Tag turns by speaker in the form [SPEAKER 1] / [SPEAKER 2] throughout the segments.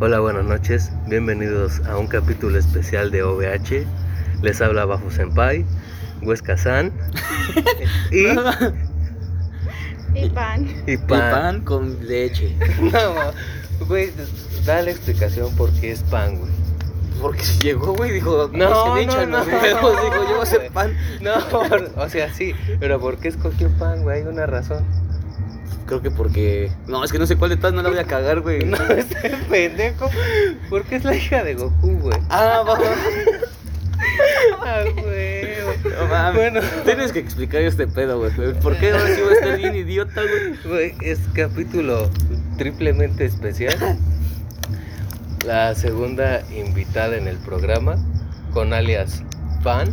[SPEAKER 1] Hola, buenas noches. Bienvenidos a un capítulo especial de OVH. Les habla Bajo Senpai, Huesca San y,
[SPEAKER 2] Y pan.
[SPEAKER 1] y
[SPEAKER 3] Y
[SPEAKER 1] Pan.
[SPEAKER 3] pan con leche.
[SPEAKER 1] No, güey, da la explicación por qué es pan, güey.
[SPEAKER 3] Porque si llegó, güey, dijo,
[SPEAKER 1] No,
[SPEAKER 3] no, se le
[SPEAKER 1] no,
[SPEAKER 3] echan
[SPEAKER 1] no,
[SPEAKER 3] los huevos,
[SPEAKER 1] no,
[SPEAKER 3] dijo, yo voy a hacer
[SPEAKER 1] güey.
[SPEAKER 3] pan.
[SPEAKER 1] No, o sea, sí, pero ¿por qué escogió pan, güey? Hay una razón.
[SPEAKER 3] Creo que porque. No, es que no sé cuál de todas no la voy a cagar, güey.
[SPEAKER 1] No, este pendejo, porque es la hija de Goku, güey.
[SPEAKER 3] Ah, vamos.
[SPEAKER 1] Ah, güey.
[SPEAKER 3] No mames.
[SPEAKER 1] Bueno.
[SPEAKER 3] Tienes que explicar este pedo, güey. ¿Por qué ahora sí voy a estar bien idiota, güey?
[SPEAKER 1] Güey, es capítulo triplemente especial. La segunda invitada en el programa, con alias Pan.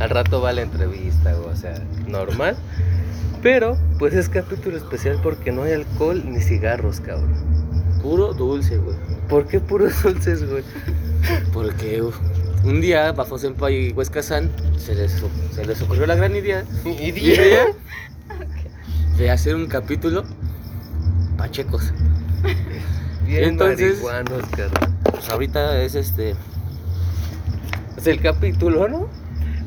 [SPEAKER 1] Al rato va la entrevista, güey, o sea, normal. Pero, pues es capítulo especial porque no hay alcohol ni cigarros, cabrón.
[SPEAKER 3] Puro dulce, güey.
[SPEAKER 1] ¿Por qué puros dulces, güey?
[SPEAKER 3] Porque uf, un día, bajo Senpai y Huesca San, se les, se les ocurrió la gran idea idea de hacer un capítulo pachecos.
[SPEAKER 1] Bien
[SPEAKER 3] Entonces-
[SPEAKER 1] marihuanos, carnal.
[SPEAKER 3] Pues ahorita es este.
[SPEAKER 1] Es el capítulo, ¿no?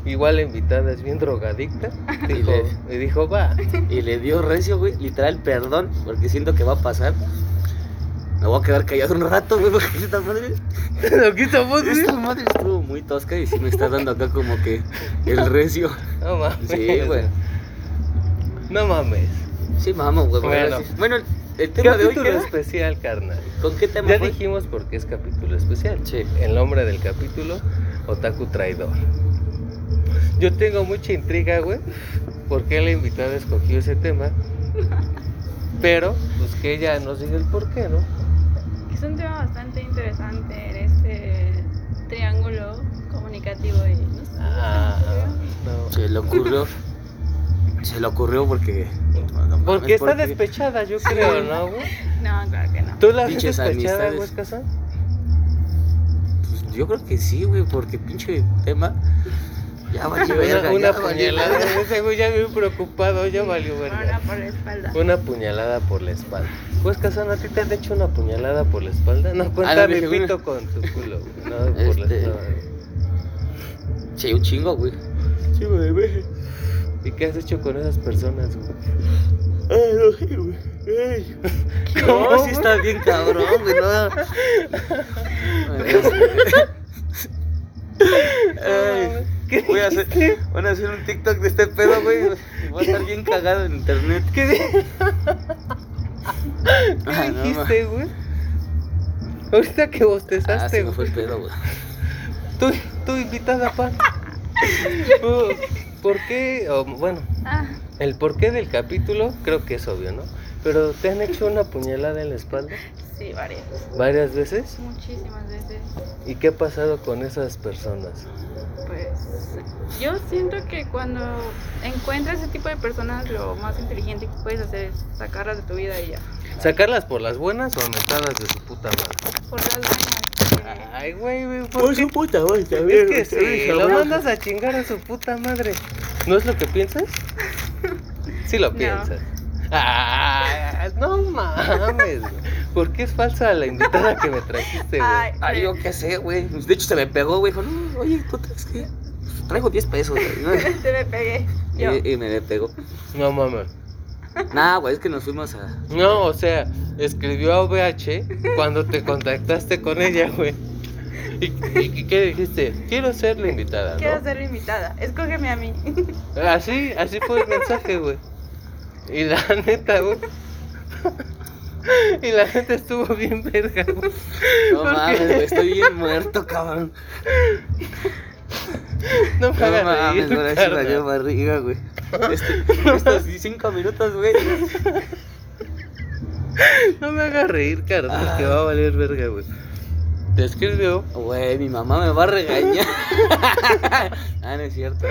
[SPEAKER 1] Igual la invitada es bien drogadicta.
[SPEAKER 3] Y
[SPEAKER 1] Dijo,
[SPEAKER 3] le-
[SPEAKER 1] y dijo, va.
[SPEAKER 3] Y le dio recio, güey, literal, perdón, porque siento que va a pasar. Me voy a quedar callado un rato, güey, porque esta madre,
[SPEAKER 1] Lo quitamos, güey.
[SPEAKER 3] esta madre estuvo muy tosca y sí me está dando acá como que el recio.
[SPEAKER 1] No mames.
[SPEAKER 3] Sí, güey.
[SPEAKER 1] No mames.
[SPEAKER 3] Sí, vamos, güey.
[SPEAKER 1] Bueno.
[SPEAKER 3] Bueno, sí. bueno el tema de hoy,
[SPEAKER 1] Capítulo
[SPEAKER 3] ¿qué era?
[SPEAKER 1] especial, carnal.
[SPEAKER 3] ¿con qué tema
[SPEAKER 1] Ya
[SPEAKER 3] fue?
[SPEAKER 1] dijimos por qué es capítulo especial.
[SPEAKER 3] Sí.
[SPEAKER 1] El nombre del capítulo, Otaku Traidor. Yo tengo mucha intriga, güey, por qué la invitada escogió ese tema. Pero, pues que ella nos diga el por qué, ¿no?
[SPEAKER 2] Es un tema bastante interesante en este triángulo comunicativo y no sé.
[SPEAKER 1] Ah, no.
[SPEAKER 3] Se le ocurrió. Se le ocurrió porque. no,
[SPEAKER 1] Porque
[SPEAKER 3] es
[SPEAKER 1] está despechada, yo creo, ¿no, güey?
[SPEAKER 2] No, claro que no.
[SPEAKER 1] ¿Tú la haces
[SPEAKER 3] Pinches
[SPEAKER 1] despechada,
[SPEAKER 3] amistades.
[SPEAKER 1] güey, casa?
[SPEAKER 3] Pues Yo creo que sí, güey, porque pinche tema. Ya valió
[SPEAKER 1] Una,
[SPEAKER 3] verga,
[SPEAKER 1] una
[SPEAKER 3] ya valió
[SPEAKER 1] puñalada,
[SPEAKER 3] verga.
[SPEAKER 1] güey, ese güey ya bien preocupado, ya valió, güey.
[SPEAKER 2] Ahora por la espalda.
[SPEAKER 1] Una puñalada por la espalda. Pues Casano, ¿a ti te han hecho una puñalada por la espalda? No, cuenta
[SPEAKER 3] Ah,
[SPEAKER 1] mi
[SPEAKER 3] dije, güey.
[SPEAKER 1] pito con tu culo, güey. No, por la
[SPEAKER 3] Este-
[SPEAKER 1] espalda.
[SPEAKER 3] Sí, un chingo, güey.
[SPEAKER 1] Sí, güey. ¿Y qué has hecho con esas personas, güey?
[SPEAKER 3] No, sí está bien cabrón, güey, no. Ay,
[SPEAKER 1] ¿Qué
[SPEAKER 3] voy a hacer, van a hacer un TikTok de este pedo, güey. Voy a estar bien cagado en internet.
[SPEAKER 1] ¿Qué, di- qué
[SPEAKER 3] Ah, no,
[SPEAKER 1] dijiste, güey? Ahorita que
[SPEAKER 3] ma- Ah,
[SPEAKER 1] bostezaste,
[SPEAKER 3] sí, no fue
[SPEAKER 1] güey.
[SPEAKER 3] el pedo, güey.
[SPEAKER 1] Tú, tú invitada, pan. ¿Por qué? O, bueno,
[SPEAKER 2] Ah,
[SPEAKER 1] el porqué del capítulo creo que es obvio, ¿no? Pero ¿te han hecho una puñalada en la espalda
[SPEAKER 2] sí, varias.
[SPEAKER 1] varias veces?
[SPEAKER 2] Muchísimas veces.
[SPEAKER 1] ¿Y qué ha pasado con esas personas?
[SPEAKER 2] Pues yo siento que cuando encuentras ese tipo de personas, lo más inteligente que puedes hacer es sacarlas de tu vida y ya.
[SPEAKER 1] ¿Sacarlas por las buenas o ametadas de su puta madre?
[SPEAKER 2] Por las buenas.
[SPEAKER 1] Ay, güey, güey, ¿por
[SPEAKER 3] Por
[SPEAKER 1] qué?
[SPEAKER 3] su Pues, puta, güey, está bien,
[SPEAKER 1] Es que
[SPEAKER 3] está bien,
[SPEAKER 1] sí,
[SPEAKER 3] cabrón.
[SPEAKER 1] lo mandas a chingar a su puta madre. ¿No es lo que piensas? Sí lo
[SPEAKER 2] No.
[SPEAKER 1] piensas. Ah, no mames. güey. ¿Por qué es falsa la invitada que me trajiste, güey?
[SPEAKER 2] Ay.
[SPEAKER 3] Ay, Ah, yo qué sé, güey. De hecho, se me pegó, güey. Dijo, no, oye, ¿tú traes qué? Pues, Traigo 10 pesos, güey.
[SPEAKER 2] Te me pegué. Yo.
[SPEAKER 3] Y, y me le pegó.
[SPEAKER 1] No mames.
[SPEAKER 3] Nah, güey, es que nos fuimos a.
[SPEAKER 1] No, o sea, escribió a OVH cuando te contactaste con ella, güey. ¿Y, y qué dijiste? Quiero ser la invitada, ¿no?
[SPEAKER 2] Quiero ser invitada. Escógeme a mí.
[SPEAKER 1] Así, así fue el mensaje, güey. Y la neta, güey. Y la gente estuvo bien verga, güey.
[SPEAKER 3] No
[SPEAKER 1] ¿Por
[SPEAKER 3] mames,
[SPEAKER 1] qué?
[SPEAKER 3] güey, estoy bien muerto, cabrón.
[SPEAKER 1] No me
[SPEAKER 3] No
[SPEAKER 1] hagas
[SPEAKER 3] mames,
[SPEAKER 1] reír,
[SPEAKER 3] ahora sí
[SPEAKER 1] carnal.
[SPEAKER 3] valió barriga, güey. Este- estos cinco minutos, güey.
[SPEAKER 1] No me hagas reír, carnal, que
[SPEAKER 3] Ah.
[SPEAKER 1] va a valer verga, güey. Te escribió.
[SPEAKER 3] Güey, mi mamá me va a regañar. ah, no es cierto.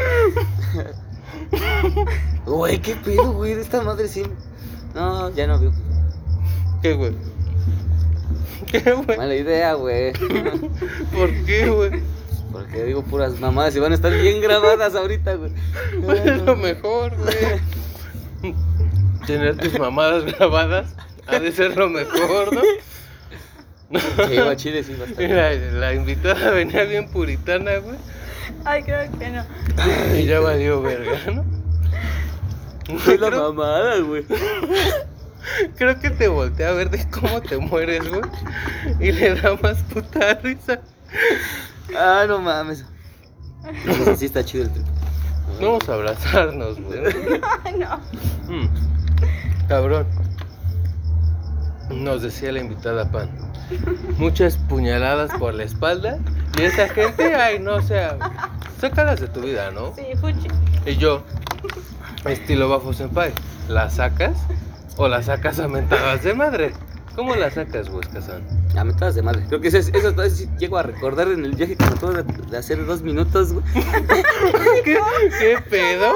[SPEAKER 3] Güey, qué pedo, güey, de esta madre sí. No, ya no veo.
[SPEAKER 1] ¿Qué, güey? ¿Qué, güey?
[SPEAKER 3] Mala idea, güey.
[SPEAKER 1] ¿Por qué, güey?
[SPEAKER 3] Porque digo puras mamadas y van a estar bien grabadas ahorita, güey.
[SPEAKER 1] Es lo mejor, güey. Tener tus mamadas grabadas ha de ser lo mejor, ¿no?
[SPEAKER 3] Sí, iba a Chile, sí, bastante.
[SPEAKER 1] Mira, la invitada venía bien puritana, güey.
[SPEAKER 2] Ay, creo que no.
[SPEAKER 1] Y ya valió verga, ¿no?
[SPEAKER 3] Fue la mamada, güey.
[SPEAKER 1] Creo que te volteé a ver de cómo te mueres, güey. Y le da más puta risa.
[SPEAKER 3] Ah, no mames. Pues Sí está chido el trip.
[SPEAKER 1] Vamos a abrazarnos, güey.
[SPEAKER 2] Ay, no.
[SPEAKER 1] Mm. Cabrón. Nos decía la invitada Pan. Muchas puñaladas por la espalda. Y esa gente, ay, no, o sea, sácalas de tu vida, ¿no?
[SPEAKER 2] Sí, fuchi.
[SPEAKER 1] Y yo, estilo Bafo Senpai, ¿la sacas o la sacas a mentadas de madre? ¿Cómo la sacas, Huescazán?
[SPEAKER 3] A metadas de madre. Creo que eso, eso, sí llego a recordar en el viaje que me acabo de, de hacer dos minutos, güey.
[SPEAKER 1] ¿Qué, ¿Qué pedo?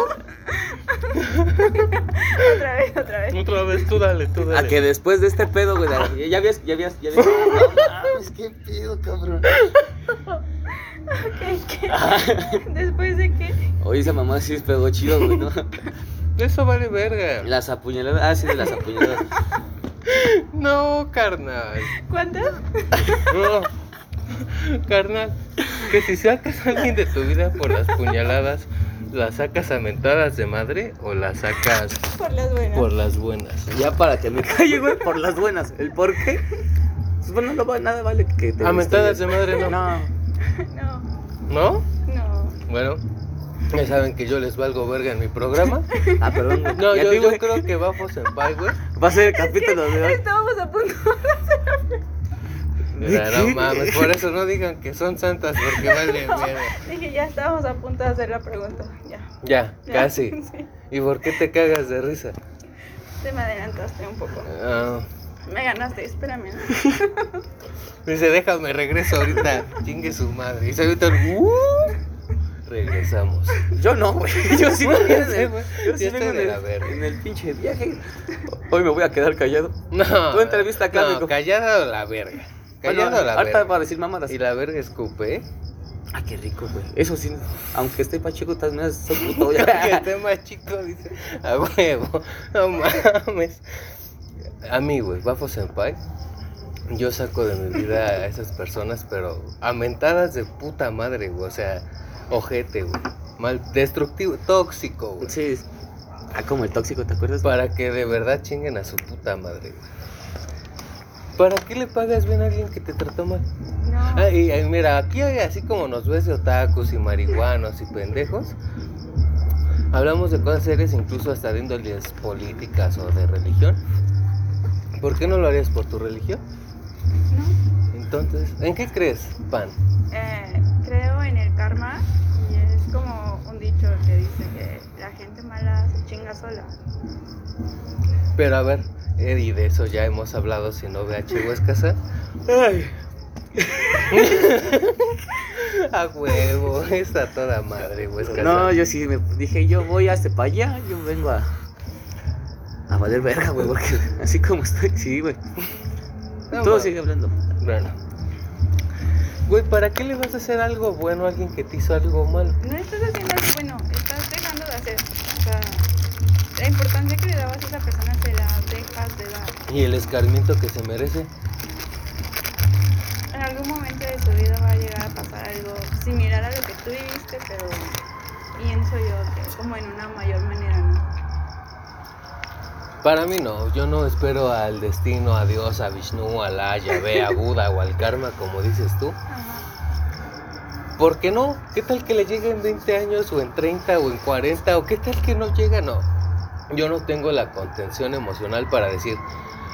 [SPEAKER 2] Otra vez, otra vez.
[SPEAKER 1] Otra vez, tú dale, tú
[SPEAKER 3] A
[SPEAKER 1] dale.
[SPEAKER 3] que después de este pedo, güey. de- Ya habías, ya habías, ya habías. No mames, qué pedo, cabrón.
[SPEAKER 2] ¿Qué, qué? Después de que.
[SPEAKER 3] Oye, esa mamá sí pegó chido, güey, ¿no?
[SPEAKER 1] Eso vale verga.
[SPEAKER 3] Las apuñaladas. Ah, sí, de las apuñaladas.
[SPEAKER 1] No, carnal.
[SPEAKER 2] ¿Cuántas?
[SPEAKER 1] No. Carnal, que si sacas a alguien de tu vida por las puñaladas, ¿la sacas a mentadas de madre o la sacas
[SPEAKER 2] Por las buenas.
[SPEAKER 1] por las buenas?
[SPEAKER 3] Ya para que me calle, güey, por las buenas. ¿El por qué? Pues bueno, no va, nada vale que te.
[SPEAKER 1] A mentadas de madre no.
[SPEAKER 3] destruyas. No.
[SPEAKER 1] ¿No?
[SPEAKER 2] No, no.
[SPEAKER 1] Bueno, ya saben que yo les valgo verga en mi programa.
[SPEAKER 3] Ah, perdón, güey.
[SPEAKER 1] No,
[SPEAKER 3] ¿Y a
[SPEAKER 1] yo,
[SPEAKER 3] ti,
[SPEAKER 1] yo
[SPEAKER 3] güey?
[SPEAKER 1] creo que Bafo Senpai, güey.
[SPEAKER 3] Va a ser el capítulo de hoy.
[SPEAKER 2] Estábamos a punto.
[SPEAKER 3] ¿De
[SPEAKER 1] Mira, No
[SPEAKER 3] qué?
[SPEAKER 1] mames, por eso no digan que son santas porque vale mierda.
[SPEAKER 2] Dije, ya estábamos a punto de hacer la pregunta. Ya.
[SPEAKER 1] Ya,
[SPEAKER 2] ya.
[SPEAKER 1] casi.
[SPEAKER 2] Sí,
[SPEAKER 1] ¿Y por qué te cagas de risa?
[SPEAKER 2] te me adelantaste un poco.
[SPEAKER 1] Ah,
[SPEAKER 2] Me ganaste, espérame. ¿no?
[SPEAKER 1] dice, déjame, regreso ahorita. Chingue su madre. Y se ahorita, "Uh". regresamos.
[SPEAKER 3] Yo no, güey. Yo sí me
[SPEAKER 1] Sí, güey.
[SPEAKER 3] Yo
[SPEAKER 1] Ya
[SPEAKER 3] sí vengo
[SPEAKER 1] está
[SPEAKER 3] en
[SPEAKER 1] de
[SPEAKER 3] el,
[SPEAKER 1] la verga.
[SPEAKER 3] en el pinche viaje. Hoy me voy a quedar callado.
[SPEAKER 1] No.
[SPEAKER 3] Tú entrevista acá,
[SPEAKER 1] no,
[SPEAKER 3] amigo.
[SPEAKER 1] Callada o la verga. Callada
[SPEAKER 3] Bueno,
[SPEAKER 1] o la
[SPEAKER 3] ahorita
[SPEAKER 1] verga.
[SPEAKER 3] para decir mamadas.
[SPEAKER 1] Y la verga escupe, ¿eh?
[SPEAKER 3] Ah, qué rico, güey. Eso sí, aunque esté pacheco, tal vez soy puto. ya.
[SPEAKER 1] que esté más chico, dice. A huevo. No mames. A mí, güey, Bafo Senpai. Yo saco de mi vida a esas personas, pero amentadas de puta madre, güey. O sea, ojete, güey. Mal, destructivo, tóxico, güey.
[SPEAKER 3] Sí. Ah, como el tóxico, ¿te acuerdas?
[SPEAKER 1] Para que de verdad chinguen a su puta madre, güey. ¿Para qué le pagas bien a alguien que te trató mal?
[SPEAKER 2] No.
[SPEAKER 1] Ah, y, y mira, aquí hay- así como nos ves de otakus y marihuanos y pendejos, hablamos de cosas serias, incluso hasta de índoles políticas o de religión. ¿Por qué no lo harías por tu religión?
[SPEAKER 2] No.
[SPEAKER 1] Entonces, ¿en qué crees, pan?
[SPEAKER 2] Eh, creo en el karma y es como un dicho que dice que la gente mala se chinga sola.
[SPEAKER 1] Pero a ver, eh, y de eso ya hemos hablado, si no VH Huescasa.
[SPEAKER 3] Ay.
[SPEAKER 1] A huevo, está toda madre Huescasa.
[SPEAKER 3] No, yo sí me dije, yo voy hasta para allá, yo vengo a. A valer verga, güey, porque así como estoy, sí, güey.
[SPEAKER 1] No,
[SPEAKER 3] Todo
[SPEAKER 1] ma-
[SPEAKER 3] sigue hablando.
[SPEAKER 1] Bueno. Güey, ¿para qué le vas a hacer algo bueno a alguien que te hizo algo malo?
[SPEAKER 2] No estás haciendo algo bueno, estás dejando de hacer. O sea, la importancia que le dabas a esa persona se la dejas de dar.
[SPEAKER 1] Y el escarmiento que se merece.
[SPEAKER 2] En algún momento de su vida va a llegar a pasar algo similar a lo que tú viviste, pero pienso yo que como en una mayor manera, ¿no?
[SPEAKER 1] Para mí no, yo no espero al destino, a Dios, a Vishnu, a la Yahvé, a Buda o al karma, como dices tú.
[SPEAKER 2] Ajá.
[SPEAKER 1] ¿Por qué no? ¿Qué tal que le llegue en 20 años o en 30 o en 40 o qué tal que no llega? No, yo no tengo la contención emocional para decir,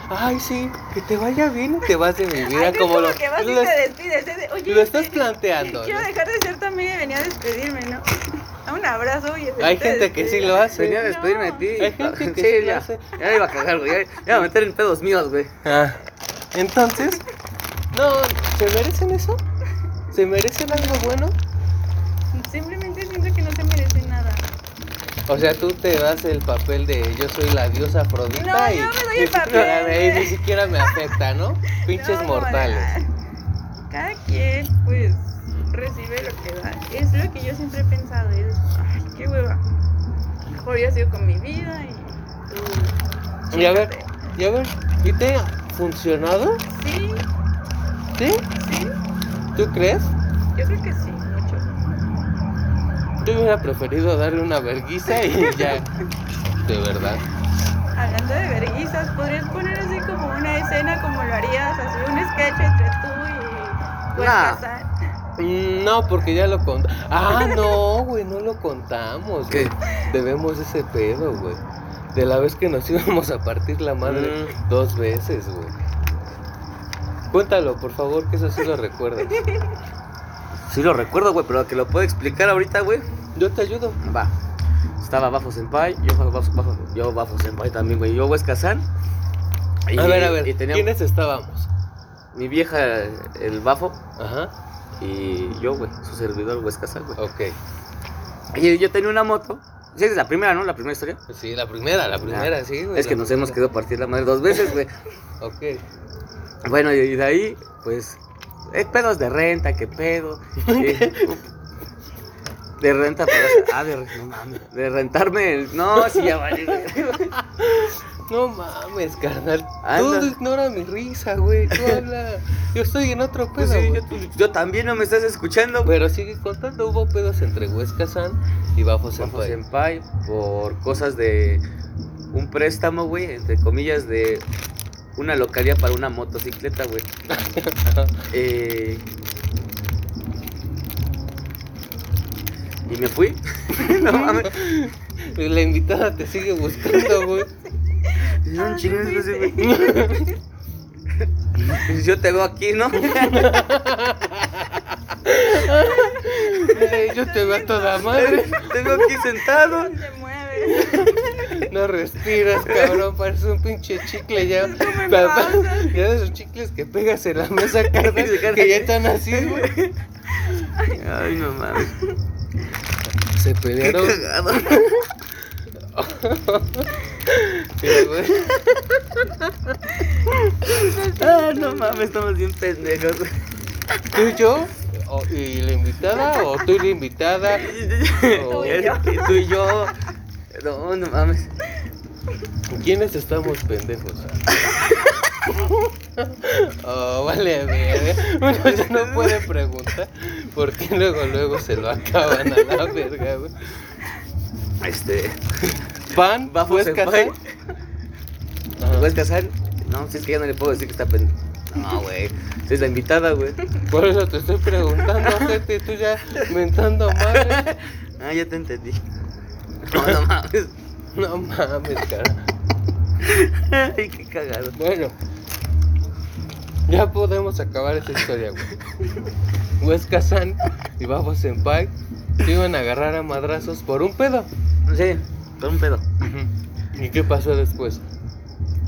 [SPEAKER 1] ay sí, que te vaya bien y te vas de mi vida
[SPEAKER 2] Ay, no,
[SPEAKER 1] como lo,
[SPEAKER 2] que vas y
[SPEAKER 1] lo-
[SPEAKER 2] te despides. es de, Oye,
[SPEAKER 1] lo estás
[SPEAKER 2] este,
[SPEAKER 1] planteando.
[SPEAKER 2] Quiero
[SPEAKER 1] ¿no?
[SPEAKER 2] dejar de ser también y venía a despedirme, ¿no? A un abrazo y
[SPEAKER 1] Hay gente que sí lo hace.
[SPEAKER 3] Venía a
[SPEAKER 2] No.
[SPEAKER 3] despedirme de ti. Ah,
[SPEAKER 1] Hay gente que sí
[SPEAKER 3] sí,
[SPEAKER 1] lo
[SPEAKER 3] ya.
[SPEAKER 1] hace.
[SPEAKER 3] Ya iba a cagar, güey. Ya, ya iba a meter en pedos míos, güey.
[SPEAKER 1] Ah, entonces, no, ¿se merecen eso? ¿Se merecen algo bueno?
[SPEAKER 2] Simplemente siento que no se merece nada.
[SPEAKER 1] O sea, tú te das el papel de yo soy la diosa Afrodita
[SPEAKER 2] No,
[SPEAKER 1] y,
[SPEAKER 2] yo me doy
[SPEAKER 1] ni
[SPEAKER 2] el
[SPEAKER 1] siquiera,
[SPEAKER 2] papel
[SPEAKER 1] y
[SPEAKER 2] de-
[SPEAKER 1] ni siquiera me afecta, ¿no? Pinches
[SPEAKER 2] No, no,
[SPEAKER 1] mortales.
[SPEAKER 2] no. Cada quien, pues, recibe lo que da. Es lo que yo siempre he pensado. Es, ay, qué hueva. Mejor yo sigo con mi vida y tú.
[SPEAKER 1] Y a ver,
[SPEAKER 2] chíngate.
[SPEAKER 1] y a ver, ¿y te ha funcionado?
[SPEAKER 2] Sí,
[SPEAKER 1] ¿Sí?
[SPEAKER 2] Sí,
[SPEAKER 1] ¿Tú crees?
[SPEAKER 2] yo creo que sí, mucho.
[SPEAKER 1] Yo hubiera preferido darle una verguiza y ya. De verdad.
[SPEAKER 2] Hablando de verguizas, ¿podrías poner así como una escena como lo harías? Así un sketch entre tú y Huescasán.
[SPEAKER 1] Mm, No, porque ya lo contamos. Ah, no, güey, no lo contamos. güey.
[SPEAKER 3] ¿Qué?
[SPEAKER 1] Debemos ese pedo, güey. De la vez que nos íbamos a partir la madre dos veces, güey. Cuéntalo, por favor, que eso sí lo recuerdas.
[SPEAKER 3] Sí lo recuerdo, güey, pero que lo puedo explicar ahorita, güey.
[SPEAKER 1] Yo te ayudo.
[SPEAKER 3] Va. Estaba Bafo Senpai, yo Bafo, Bafo- yo Bafo Senpai también, güey. Yo Huesca San. Y-
[SPEAKER 1] A ver, a ver,
[SPEAKER 3] Y tenía
[SPEAKER 1] ¿quiénes estábamos?
[SPEAKER 3] mi vieja, el Bafo,
[SPEAKER 1] Ajá,
[SPEAKER 3] y yo, güey, su servidor Huesca San, güey.
[SPEAKER 1] ok.
[SPEAKER 3] Y yo tenía una moto. Sí, es la primera, ¿no? La primera historia.
[SPEAKER 1] Sí, la primera, la primera, sí, güey.
[SPEAKER 3] Es que
[SPEAKER 1] la
[SPEAKER 3] nos hemos
[SPEAKER 1] primera.
[SPEAKER 3] quedado partir la madre dos veces, güey.
[SPEAKER 1] Ok.
[SPEAKER 3] Bueno, y de ahí, pues, eh, pedos de renta, qué pedo. Eh, de renta, pero, ah, de, re- no mames, de rentarme el, no, si ya vale. güey.
[SPEAKER 1] No mames, carnal.
[SPEAKER 3] Anda.
[SPEAKER 1] Tú ignora mi risa, güey. Tú habla. Yo estoy en otro pedo.
[SPEAKER 3] Pues sí,
[SPEAKER 1] güey.
[SPEAKER 3] yo, yo también no me estás escuchando, güey.
[SPEAKER 1] Pero sigue contando, hubo pedos entre Huesca San y Bafo
[SPEAKER 3] Bajo
[SPEAKER 1] Senpai.
[SPEAKER 3] Senpai, por cosas de un préstamo, güey, entre comillas, de una localidad para una motocicleta, güey. Eh, y me fui. no mames.
[SPEAKER 1] Y La invitada te sigue buscando, güey.
[SPEAKER 3] Es un
[SPEAKER 2] Ah,
[SPEAKER 3] chingo
[SPEAKER 2] sí,
[SPEAKER 3] de cosas,
[SPEAKER 2] sí.
[SPEAKER 3] güey. Yo te veo aquí, ¿no?
[SPEAKER 1] Eh, Yo te veo a toda madre.
[SPEAKER 3] te veo aquí sentado.
[SPEAKER 2] Te mueves.
[SPEAKER 1] No respiras, cabrón. Pareces un pinche chicle ya.
[SPEAKER 2] Es como en
[SPEAKER 1] Pa- pa-
[SPEAKER 2] pausa.
[SPEAKER 1] Ya de esos chicles que pegas en la mesa, carnal. Que ya están así, güey.
[SPEAKER 3] Ay, no mames.
[SPEAKER 1] Se
[SPEAKER 3] Qué
[SPEAKER 1] pelearon.
[SPEAKER 3] cagado.
[SPEAKER 1] pero, güey,
[SPEAKER 3] Ah, no mames, estamos bien pendejos.
[SPEAKER 1] ¿Tú y yo? O- ¿Y la invitada? ¿O tú y la invitada?
[SPEAKER 3] Tú
[SPEAKER 1] y
[SPEAKER 2] yo.
[SPEAKER 3] Tú y yo. No, no mames.
[SPEAKER 1] ¿Quiénes estamos pendejos? Oh, vale, verga. Uno ya no puede preguntar porque luego luego se lo acaban a la verga, güey.
[SPEAKER 3] Este.
[SPEAKER 1] Pan,
[SPEAKER 3] Bafo
[SPEAKER 1] ¿puedes
[SPEAKER 3] Senpai.
[SPEAKER 1] casar?
[SPEAKER 3] ¿Me
[SPEAKER 1] Ajá.
[SPEAKER 3] puedes casar? No, si es que ya no le puedo decir que está pendejo. No, güey. Si es la invitada, güey.
[SPEAKER 1] Por eso te estoy preguntando, gente, y tú ya mentando madre.
[SPEAKER 3] Ah, ya te entendí. No, no mames.
[SPEAKER 1] No mames, cara.
[SPEAKER 3] Ay, qué cagado.
[SPEAKER 1] Bueno, ya podemos acabar esta historia, güey. Huesca San y Bafo Senpai se iban a agarrar a madrazos por un pedo.
[SPEAKER 3] Sí, con un pedo.
[SPEAKER 1] ¿Y qué pasó después?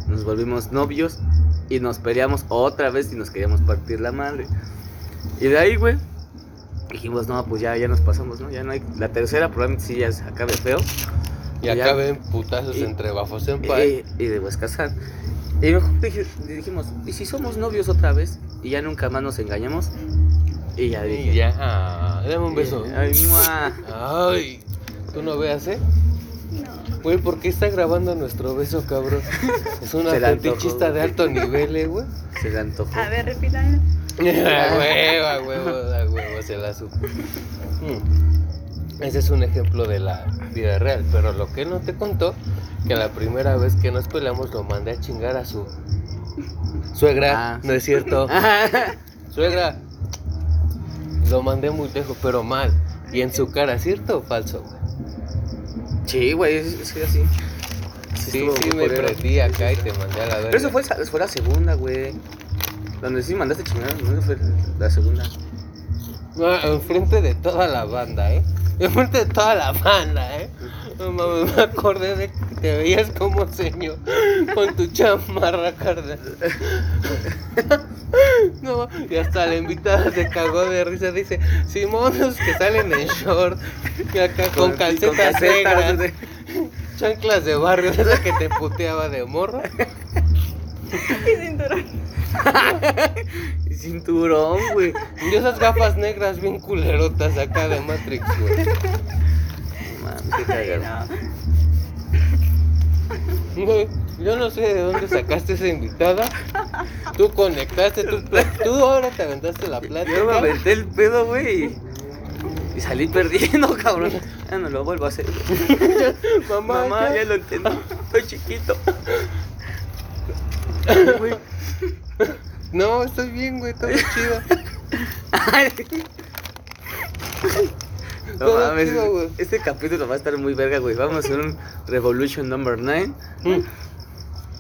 [SPEAKER 3] Nos volvimos novios y nos peleamos otra vez y nos queríamos partir la madre. Y de ahí, güey, dijimos, no, pues ya, ya nos pasamos, ¿no? Ya no hay. La tercera probablemente sí ya se acabe feo.
[SPEAKER 1] Y
[SPEAKER 3] Ya.
[SPEAKER 1] acá ven putazos
[SPEAKER 3] Y-
[SPEAKER 1] entre Bafo Senpai.
[SPEAKER 3] Eh, Y, de Huesca San. Y mejor dije- dijimos, ¿y si somos novios otra vez? Y ya nunca más nos engañamos. Y ya dije.
[SPEAKER 1] Y ya, ah, dame un beso.
[SPEAKER 3] eh, ay, mua.
[SPEAKER 1] Ay, tú no veas, ¿eh?
[SPEAKER 2] No.
[SPEAKER 1] Güey, ¿por qué está grabando nuestro beso, cabrón? Es una
[SPEAKER 3] Se le antojó,
[SPEAKER 1] fetichista de
[SPEAKER 3] güey.
[SPEAKER 1] alto nivel, ¿eh, güey?
[SPEAKER 3] Se le antojó.
[SPEAKER 2] A ver, repítanlo.
[SPEAKER 1] A Ah, huevo, a huevo, a huevo, se la supo. Mm. Ese es un ejemplo de la vida real, pero lo que no te contó, que la primera vez que nos peleamos lo mandé a chingar a su suegra,
[SPEAKER 3] Ah.
[SPEAKER 1] no es cierto. Suegra, lo mandé muy lejos, pero mal. Y en su cara, ¿cierto o falso? güey?
[SPEAKER 3] Sí, güey, es, es que así.
[SPEAKER 1] Sí,
[SPEAKER 3] estuvo
[SPEAKER 1] sí,
[SPEAKER 3] muy
[SPEAKER 1] me
[SPEAKER 3] culero.
[SPEAKER 1] prendí acá y te mandé a la verga.
[SPEAKER 3] Pero eso fue, esa- fue la segunda, güey. Donde sí mandaste chingar, no Esa fue la segunda.
[SPEAKER 1] Ah, Enfrente de toda la banda, ¿eh? Enfrente de toda la banda, ¿eh? No mames, me acordé de que te veías como señor con tu chamarra, carnal. No, y hasta la invitada se cagó de risa. Dice, Simonos que salen en short, y acá con, calcetas negras,
[SPEAKER 3] de-
[SPEAKER 1] chanclas de barrio, esa que te puteaba de morro.
[SPEAKER 2] Y cinturón.
[SPEAKER 3] y Cinturón, güey.
[SPEAKER 1] Y esas gafas negras bien culerotas acá de Matrix, güey.
[SPEAKER 3] No mames, qué
[SPEAKER 2] Ay,
[SPEAKER 3] cagado.
[SPEAKER 2] no.
[SPEAKER 1] Güey, yo no sé de dónde sacaste esa invitada. Tú conectaste, tú, tú ahora te aventaste la plática.
[SPEAKER 3] Yo me aventé el pedo, güey. y- Y salí perdiendo, cabrón. Ya no lo vuelvo a hacer.
[SPEAKER 1] Mamá,
[SPEAKER 3] Mamá,
[SPEAKER 1] ya-
[SPEAKER 3] ya lo entendí. Soy chiquito. Güey.
[SPEAKER 1] No, estoy bien, güey, todo chido.
[SPEAKER 3] No
[SPEAKER 1] Todo
[SPEAKER 3] mames,
[SPEAKER 1] chido, güey.
[SPEAKER 3] este capítulo va a estar muy verga, güey. Vamos a hacer un Revolution Number 9.
[SPEAKER 1] Mm.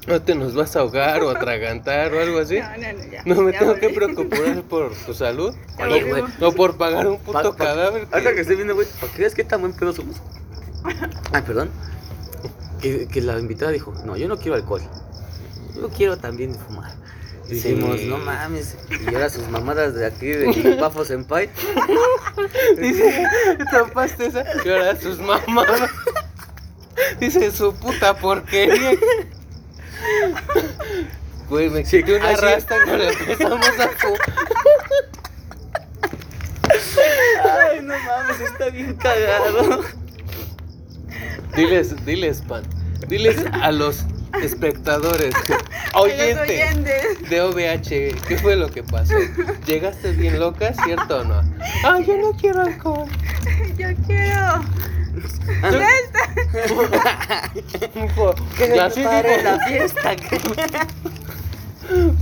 [SPEAKER 1] No te nos vas a ahogar o atragantar o algo así.
[SPEAKER 2] No, no, no, ya.
[SPEAKER 1] No me
[SPEAKER 2] ya
[SPEAKER 1] tengo que
[SPEAKER 2] volví.
[SPEAKER 1] preocupar por tu salud.
[SPEAKER 2] Ya
[SPEAKER 1] No,
[SPEAKER 2] volví.
[SPEAKER 1] no por pagar un puto
[SPEAKER 3] Pa- pa-
[SPEAKER 1] cadáver. que-
[SPEAKER 3] Ahorita que estoy viendo, güey, ¿para qué ves qué tan buen pedo somos? Ay, perdón. Que, que la invitada dijo, no, yo no quiero alcohol. Yo quiero también fumar. Y
[SPEAKER 1] Sí.
[SPEAKER 3] Dijimos, no mames. Y ahora sus mamadas de aquí, de Pafo Senpai.
[SPEAKER 1] Dice, trompaste esa. Y ahora sus mamadas. Dice, su puta porquería. Güey, me
[SPEAKER 3] Sí,
[SPEAKER 1] quité una
[SPEAKER 3] así-
[SPEAKER 1] rasta cuando empezamos a fumar.
[SPEAKER 3] Ay, no mames, está bien cagado.
[SPEAKER 1] Diles, diles, pan. Diles a los espectadores,
[SPEAKER 2] A los
[SPEAKER 1] oyentes
[SPEAKER 2] oyentes.
[SPEAKER 1] de OVH, ¿qué fue lo que pasó? ¿Llegaste bien loca, cierto o no? Ah, yo no quiero alcohol.
[SPEAKER 2] Yo quiero.
[SPEAKER 1] Que
[SPEAKER 3] Que
[SPEAKER 1] así
[SPEAKER 3] se pare
[SPEAKER 1] digo,
[SPEAKER 3] la fiesta. que-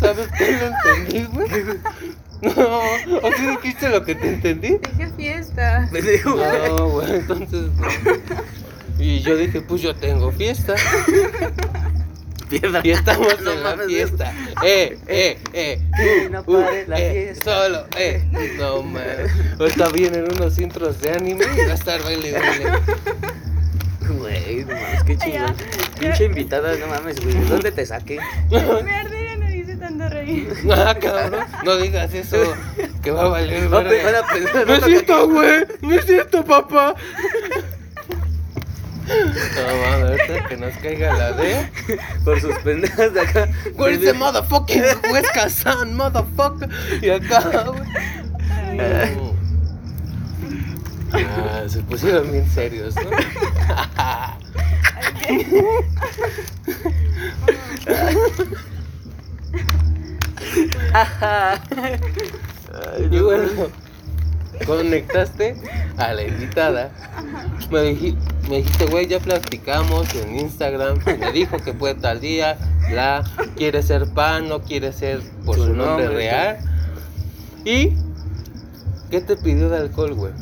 [SPEAKER 1] ¿Sabes qué? No entendí, güey. No, ¿o sí dijiste lo que te entendí?
[SPEAKER 2] Dije fiesta.
[SPEAKER 3] Me dijo,
[SPEAKER 1] No, güey, entonces no. Y yo dije, pues yo tengo fiesta.
[SPEAKER 3] piedra.
[SPEAKER 1] Y estamos
[SPEAKER 3] No
[SPEAKER 1] en la
[SPEAKER 3] mames,
[SPEAKER 1] fiesta. Eh, eh, eh.
[SPEAKER 3] Que
[SPEAKER 1] uh,
[SPEAKER 3] no
[SPEAKER 1] uh,
[SPEAKER 3] pare la
[SPEAKER 1] eh,
[SPEAKER 3] fiesta.
[SPEAKER 1] Solo, eh. No mames. Ahorita vienen unos intros de anime y va a estar baile, baile.
[SPEAKER 3] Güey, no mames, qué
[SPEAKER 2] Ay, ya.
[SPEAKER 3] chingón. Pinche invitada, no mames, güey. ¿Dónde te saqué?
[SPEAKER 2] Me arde la nariz de tanto reír.
[SPEAKER 1] Ah, cabrón. No digas eso. Que va a valer,
[SPEAKER 3] No te van
[SPEAKER 1] verga.
[SPEAKER 3] a pensar.
[SPEAKER 1] No es cierto, güey. No es cierto, papá. No mames, ahorita que nos caiga la D.
[SPEAKER 3] Por sus pendejas de acá.
[SPEAKER 1] Where's the motherfucking Huesca San, motherfucker? Y acá, güey.
[SPEAKER 3] Ay.
[SPEAKER 1] Ah, se pusieron bien serios, ¿no?
[SPEAKER 3] Ajá.
[SPEAKER 1] Y bueno, conectaste a la invitada. Me, dij- me dijiste, güey, ya platicamos en Instagram. Me dijo que fue tal día. La quiere ser pan, no quiere ser por
[SPEAKER 3] Su
[SPEAKER 1] su, nombre,
[SPEAKER 3] nombre,
[SPEAKER 1] real. ¿Y qué te pidió de alcohol, güey?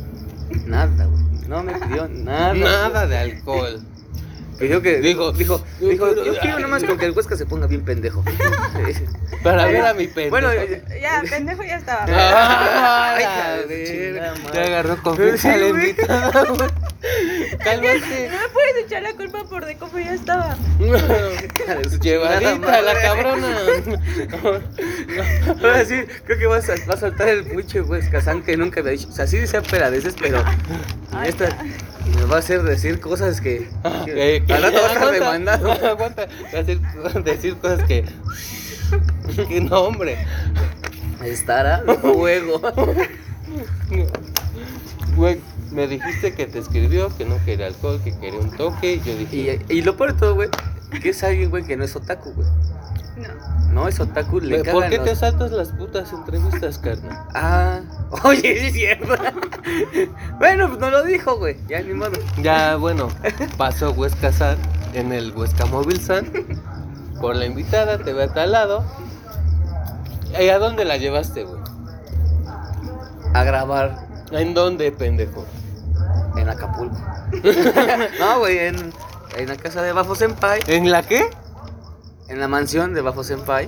[SPEAKER 3] Nada, güey. No me pidió nada.
[SPEAKER 1] Nada de alcohol.
[SPEAKER 3] Pidió que.
[SPEAKER 1] Dijo-
[SPEAKER 3] Pues Dijo, dijo,
[SPEAKER 1] yo
[SPEAKER 3] dijo.
[SPEAKER 1] quiero-
[SPEAKER 3] Yo quiero nomás con que el Huesca se ponga bien pendejo.
[SPEAKER 1] Para ver a mi pendejo.
[SPEAKER 3] Bueno, eh,
[SPEAKER 2] Ya, pendejo ya estaba.
[SPEAKER 1] Ah, la
[SPEAKER 3] Ay, la
[SPEAKER 1] verga.
[SPEAKER 3] chingada madre.
[SPEAKER 1] Ya agarró confianza
[SPEAKER 3] Sí,
[SPEAKER 1] la
[SPEAKER 3] güey.
[SPEAKER 1] invitada, güey. Cálmate.
[SPEAKER 2] No me puedes echar la culpa por de cómo ya estaba.
[SPEAKER 1] Pues Llevadita la cabrona.
[SPEAKER 3] Ahora sí, creo que va a, sal- va a saltar el pinche Huesca San que nunca me ha dicho. O sea, sí dice a veces, pero.
[SPEAKER 2] Ay,
[SPEAKER 3] Esta me va a hacer decir cosas que.
[SPEAKER 1] Eh, que-
[SPEAKER 3] al rato va a estar
[SPEAKER 1] aguanta,
[SPEAKER 3] demandado.
[SPEAKER 1] Aguanta. Decir, decir cosas que. Que no, hombre.
[SPEAKER 3] Estará de juego.
[SPEAKER 1] Güey, me dijiste que te escribió, que no quería alcohol, que quería un toque. Yo
[SPEAKER 3] Y,
[SPEAKER 1] dije.
[SPEAKER 3] y lo peor de todo, güey, que es alguien, güey, que no es otaku, güey.
[SPEAKER 2] No.
[SPEAKER 3] No es otaku, le cagan
[SPEAKER 1] ¿Por qué
[SPEAKER 3] los-
[SPEAKER 1] te saltas las putas entrevistas, carnal?
[SPEAKER 3] Ah, oye, sí es cierto. bueno, pues no lo dijo, güey. Ya ni modo.
[SPEAKER 1] Ya, bueno, pasó Huesca San en el Huesca Móvil San. Por la invitada, te ve a tal lado. ¿Y a dónde la llevaste, güey?
[SPEAKER 3] A grabar
[SPEAKER 1] ¿En dónde, pendejo?
[SPEAKER 3] en Acapulco. no, güey, en, en la casa de Bafo Senpai.
[SPEAKER 1] ¿En la qué?
[SPEAKER 3] En la mansión de Bafo Senpai.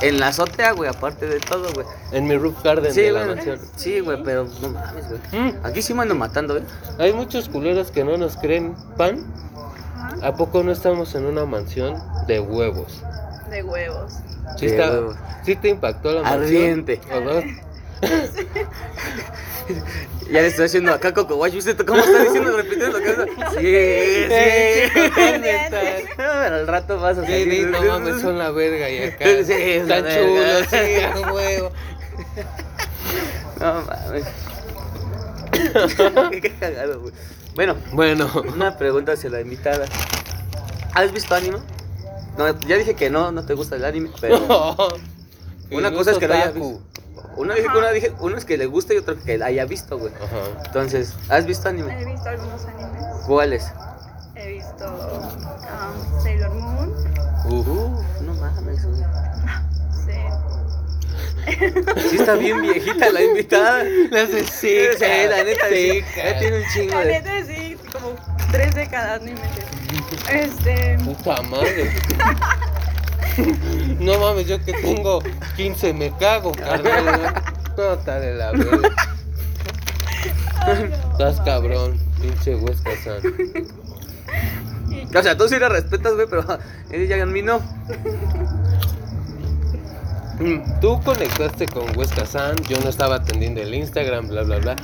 [SPEAKER 3] En la azotea, güey, aparte de todo, güey.
[SPEAKER 1] En mi roof garden de la
[SPEAKER 3] güey.
[SPEAKER 1] mansión.
[SPEAKER 3] Sí, güey, pero no mames, güey.
[SPEAKER 1] Mm.
[SPEAKER 3] Aquí sí me ando matando, güey.
[SPEAKER 1] Hay muchos culeros que no nos creen pan. ¿A poco no estamos en una mansión de huevos?
[SPEAKER 2] De huevos.
[SPEAKER 1] Sí,
[SPEAKER 3] De
[SPEAKER 1] está-
[SPEAKER 3] huevos.
[SPEAKER 1] sí te impactó la mansión.
[SPEAKER 3] Ardiente.
[SPEAKER 1] ¿Verdad?
[SPEAKER 3] Ya le estoy haciendo acá coco guay, ¿viste tú cómo está diciendo? Repitiendo lo que
[SPEAKER 1] Sí,
[SPEAKER 3] hace. Sí, sí.
[SPEAKER 1] chico, neta.
[SPEAKER 3] Ah, Pero al rato vas a
[SPEAKER 1] Sí,
[SPEAKER 3] salir.
[SPEAKER 1] di, no mames, son la verga y acá.
[SPEAKER 3] Sí, es la
[SPEAKER 1] Tan
[SPEAKER 3] verga.
[SPEAKER 1] chulos, sí, a huevo.
[SPEAKER 3] No mames. Qué cagado, güey. Bueno,
[SPEAKER 1] Bueno,
[SPEAKER 3] una pregunta hacia la invitada. ¿Has visto anime? No, ya dije que no, no te gusta el anime, pero una cosa es que lo haya visto. Una, dije-
[SPEAKER 2] Ajá.
[SPEAKER 3] una, dije, uno es que le gusta y otro que haya visto, güey.
[SPEAKER 1] Ajá.
[SPEAKER 3] Entonces, ¿has visto anime?
[SPEAKER 2] He visto algunos animes.
[SPEAKER 3] ¿Cuáles?
[SPEAKER 2] He visto um, Sailor Moon.
[SPEAKER 3] Uf, no mames, güey.
[SPEAKER 2] Sí.
[SPEAKER 3] Sí está bien viejita la invitada.
[SPEAKER 1] La sé
[SPEAKER 3] Sí, sí, la neta, sí.
[SPEAKER 1] seca.
[SPEAKER 3] Ya tiene un chingo
[SPEAKER 2] La
[SPEAKER 3] de...
[SPEAKER 2] neta sí, como tres décadas, ni meses. Este.
[SPEAKER 1] Puta madre. No mames, yo que tengo 15 me cago, carnal. No, está de la verga.
[SPEAKER 2] ay, no,
[SPEAKER 1] Estás
[SPEAKER 2] mames.
[SPEAKER 1] cabrón, pinche Huesca San.
[SPEAKER 2] Y-
[SPEAKER 3] O sea, tú sí la respetas, güey, pero ella a mí no.
[SPEAKER 1] Mm, Tú conectaste con Huesca San, yo no estaba atendiendo el Instagram, bla, bla, bla.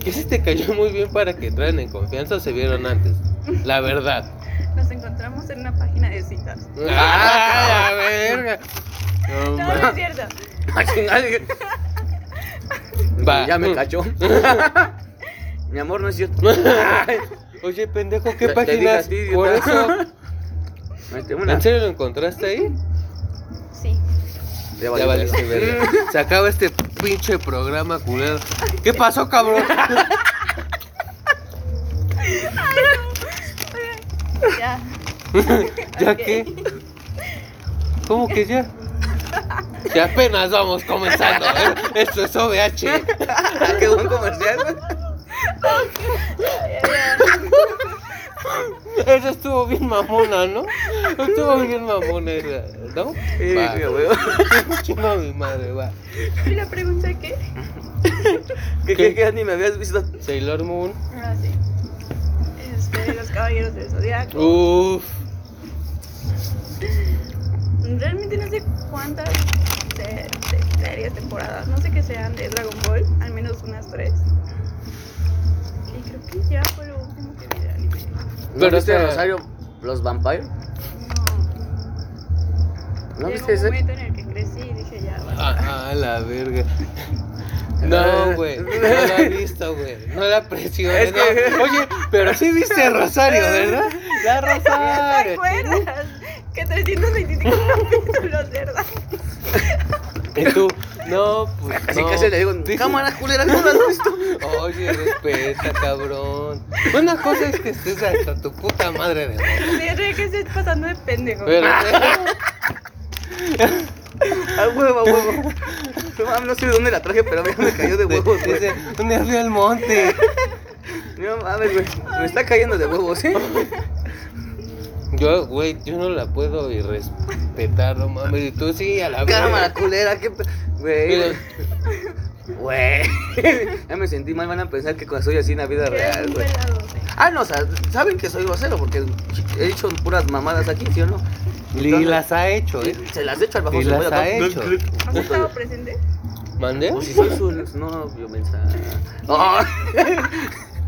[SPEAKER 1] Que sí te cayó muy bien para que traen en confianza, se vieron antes. La verdad.
[SPEAKER 2] Nos encontramos en una página de citas.
[SPEAKER 1] ¡Ah, la verga! No,
[SPEAKER 2] No,
[SPEAKER 1] mames.
[SPEAKER 2] no es cierto.
[SPEAKER 3] Ay, nadie-
[SPEAKER 1] Va.
[SPEAKER 3] Ya me cachó. Mi amor, no es cierto.
[SPEAKER 1] Oye, pendejo, ¿qué
[SPEAKER 3] Te- te
[SPEAKER 1] páginas?
[SPEAKER 3] dije a ti,
[SPEAKER 1] Por
[SPEAKER 3] idiota.
[SPEAKER 1] eso.
[SPEAKER 3] Ahí tengo una.
[SPEAKER 1] ¿En serio lo encontraste ahí?
[SPEAKER 2] Sí.
[SPEAKER 3] Ya
[SPEAKER 1] Ya
[SPEAKER 3] valió
[SPEAKER 1] valiste
[SPEAKER 3] verga.
[SPEAKER 1] verga. Se acaba este pinche programa culero. ¿Qué pasó, cabrón?
[SPEAKER 2] Ya.
[SPEAKER 1] ¿Ya
[SPEAKER 2] Ok.
[SPEAKER 1] qué? ¿Cómo que ya? Si apenas vamos comenzando, ¿eh? Esto es OVH.
[SPEAKER 3] Ah, Qué buen comercial, güey.
[SPEAKER 1] Eso estuvo bien mamona, ¿no? Estuvo bien mamona, esa, ¿no?
[SPEAKER 3] Sí, güey,
[SPEAKER 1] Va.
[SPEAKER 3] güey.
[SPEAKER 1] Chinga mi madre, va.
[SPEAKER 2] ¿Y la pregunta qué?
[SPEAKER 3] ¿Qué,
[SPEAKER 1] ¿Qué?
[SPEAKER 3] qué, qué anime habías visto?
[SPEAKER 1] Sailor Moon.
[SPEAKER 2] Ah, sí. Este, los caballeros del zodiaco.
[SPEAKER 3] Uh.
[SPEAKER 1] Uff.
[SPEAKER 2] Realmente no sé cuántas se- se- series, temporadas, no sé qué sean de Dragon Ball, al menos unas tres. Y creo que ya fue lo último que vi de anime.
[SPEAKER 3] ¿No
[SPEAKER 1] Pero,
[SPEAKER 3] viste
[SPEAKER 1] o sea-
[SPEAKER 3] Rosario los Vampire?
[SPEAKER 2] No.
[SPEAKER 3] ¿No
[SPEAKER 2] Llegó
[SPEAKER 3] viste
[SPEAKER 2] un
[SPEAKER 3] ese?
[SPEAKER 2] momento en el que crecí y dije ya. basta.
[SPEAKER 1] Ah, la verga. No, güey, no la he visto, güey. No la presiones.
[SPEAKER 3] Es que-
[SPEAKER 1] no. Oye, pero sí viste Rosario, ¿verdad? La
[SPEAKER 3] Ah,
[SPEAKER 2] ¿Te
[SPEAKER 1] Rosario.
[SPEAKER 2] acuerdas? Que 325 capítulos, ¿verdad?
[SPEAKER 1] Y tú, no, pues.
[SPEAKER 3] Así
[SPEAKER 1] no.
[SPEAKER 3] que se le digo,
[SPEAKER 1] Dije,
[SPEAKER 3] cámara culera, ¿cómo lo has visto?
[SPEAKER 1] Oye, respeta, cabrón. Una cosa es que estés hasta tu puta madre de moda,
[SPEAKER 2] Sí, yo creo que estoy pasando de pendejo.
[SPEAKER 1] Pero,
[SPEAKER 3] Ah, A huevo, a huevo. No, mames, no sé de dónde la traje, pero a mí me cayó de huevos, güey.
[SPEAKER 1] dice, un nervio al monte.
[SPEAKER 3] No mames, güey. Me está cayendo de huevos, ¿eh?
[SPEAKER 1] Yo, güey, yo no la puedo irrespetar, no mames. Y tú sí, a la
[SPEAKER 3] Cámara
[SPEAKER 1] verga.
[SPEAKER 3] culera, qué. pe- Güey.
[SPEAKER 1] Pero-
[SPEAKER 3] Güey. Ya me sentí mal, van a pensar que soy así en la vida
[SPEAKER 2] Que eres
[SPEAKER 3] real,
[SPEAKER 2] un
[SPEAKER 3] güey.
[SPEAKER 2] pelado, sí.
[SPEAKER 3] Ah, no, o sea, saben que soy grosero porque he hecho puras mamadas aquí, ¿sí o no?
[SPEAKER 1] Y las ha hecho, ¿eh?
[SPEAKER 3] Se las he hecho al bajo
[SPEAKER 1] Y
[SPEAKER 3] se
[SPEAKER 1] las
[SPEAKER 3] voy a
[SPEAKER 1] ha
[SPEAKER 3] todo.
[SPEAKER 1] hecho.
[SPEAKER 2] ¿Has estado presente?
[SPEAKER 1] ¿Mandé?
[SPEAKER 3] Pues si soy su. No, yo pensaba. Ah.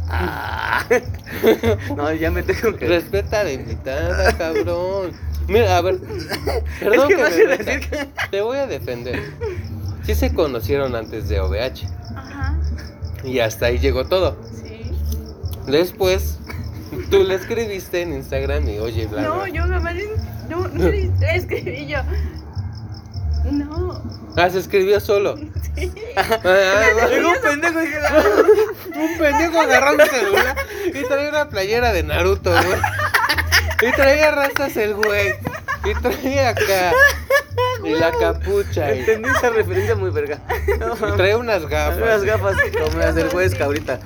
[SPEAKER 3] Ah. No, ya me tengo que.
[SPEAKER 1] Respeta a la invitada, cabrón. Mira, a ver. Perdón
[SPEAKER 3] que
[SPEAKER 1] que,
[SPEAKER 3] no
[SPEAKER 1] me
[SPEAKER 3] sé
[SPEAKER 1] meta.
[SPEAKER 3] decir que-
[SPEAKER 1] Te voy a defender. Sí se conocieron antes de OVH.
[SPEAKER 2] Ajá.
[SPEAKER 1] Y hasta ahí llegó todo.
[SPEAKER 2] Sí.
[SPEAKER 1] Después, tú le escribiste en Instagram y oye, bla,
[SPEAKER 2] No,
[SPEAKER 1] bla.
[SPEAKER 2] yo jamás le- no, no le le escribí yo. No,
[SPEAKER 1] Ah, se escribió solo.
[SPEAKER 2] sí.
[SPEAKER 1] Ah, ah, ah.
[SPEAKER 3] Llegó un pendejo y dije, "Ah".
[SPEAKER 1] Un pendejo agarró mi celular y traía una playera de Naruto, güey. Y traía rastas el güey. Y traía acá. Y la capucha. Y,
[SPEAKER 3] "Ah, Entendí esa referencia muy verga.
[SPEAKER 1] y traía unas gafas. eh.
[SPEAKER 3] Las gafas, como las del juez ahorita.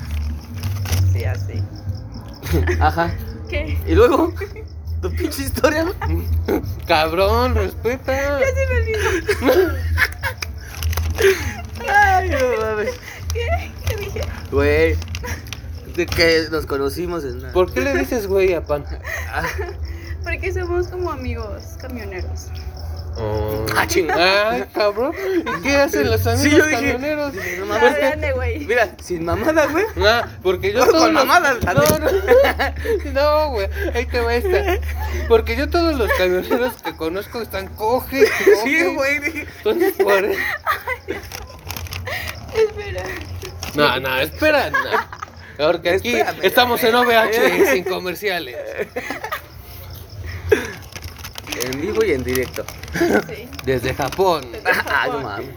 [SPEAKER 2] Sí, así.
[SPEAKER 3] Ajá.
[SPEAKER 2] ¿Qué?
[SPEAKER 3] Y luego, tu pinche historia.
[SPEAKER 1] Cabrón, respeta.
[SPEAKER 2] Ya se me olvidó.
[SPEAKER 3] Ay, no mames.
[SPEAKER 2] ¿Qué? ¿Qué dije?
[SPEAKER 3] Güey. De que nos conocimos en una.
[SPEAKER 1] ¿Por qué le dices güey a Pan?
[SPEAKER 3] Ah,
[SPEAKER 2] Porque somos como amigos camioneros.
[SPEAKER 1] Ah, chingada. Ay, cabrón. ¿Y qué hacen los amigos
[SPEAKER 3] Sí, yo dije-
[SPEAKER 1] camioneros?
[SPEAKER 3] no pues
[SPEAKER 2] No,
[SPEAKER 3] mames.
[SPEAKER 2] grande, güey.
[SPEAKER 3] Mira, sin mamada, güey.
[SPEAKER 1] Ah, porque yo
[SPEAKER 3] Con
[SPEAKER 1] todos los-
[SPEAKER 3] mamadas, la
[SPEAKER 1] no, no, no, güey, ahí te va esta. Porque yo todos los camioneros que conozco están coge, coge.
[SPEAKER 3] Sí, güey. dije,
[SPEAKER 1] Entonces, por
[SPEAKER 2] Espera.
[SPEAKER 1] No, no, espera, no. Porque aquí
[SPEAKER 3] Espérame.
[SPEAKER 1] estamos en OVH sin comerciales.
[SPEAKER 3] En vivo vivo y en directo.
[SPEAKER 2] Sí.
[SPEAKER 1] Desde Japón.
[SPEAKER 3] Ah, no mames.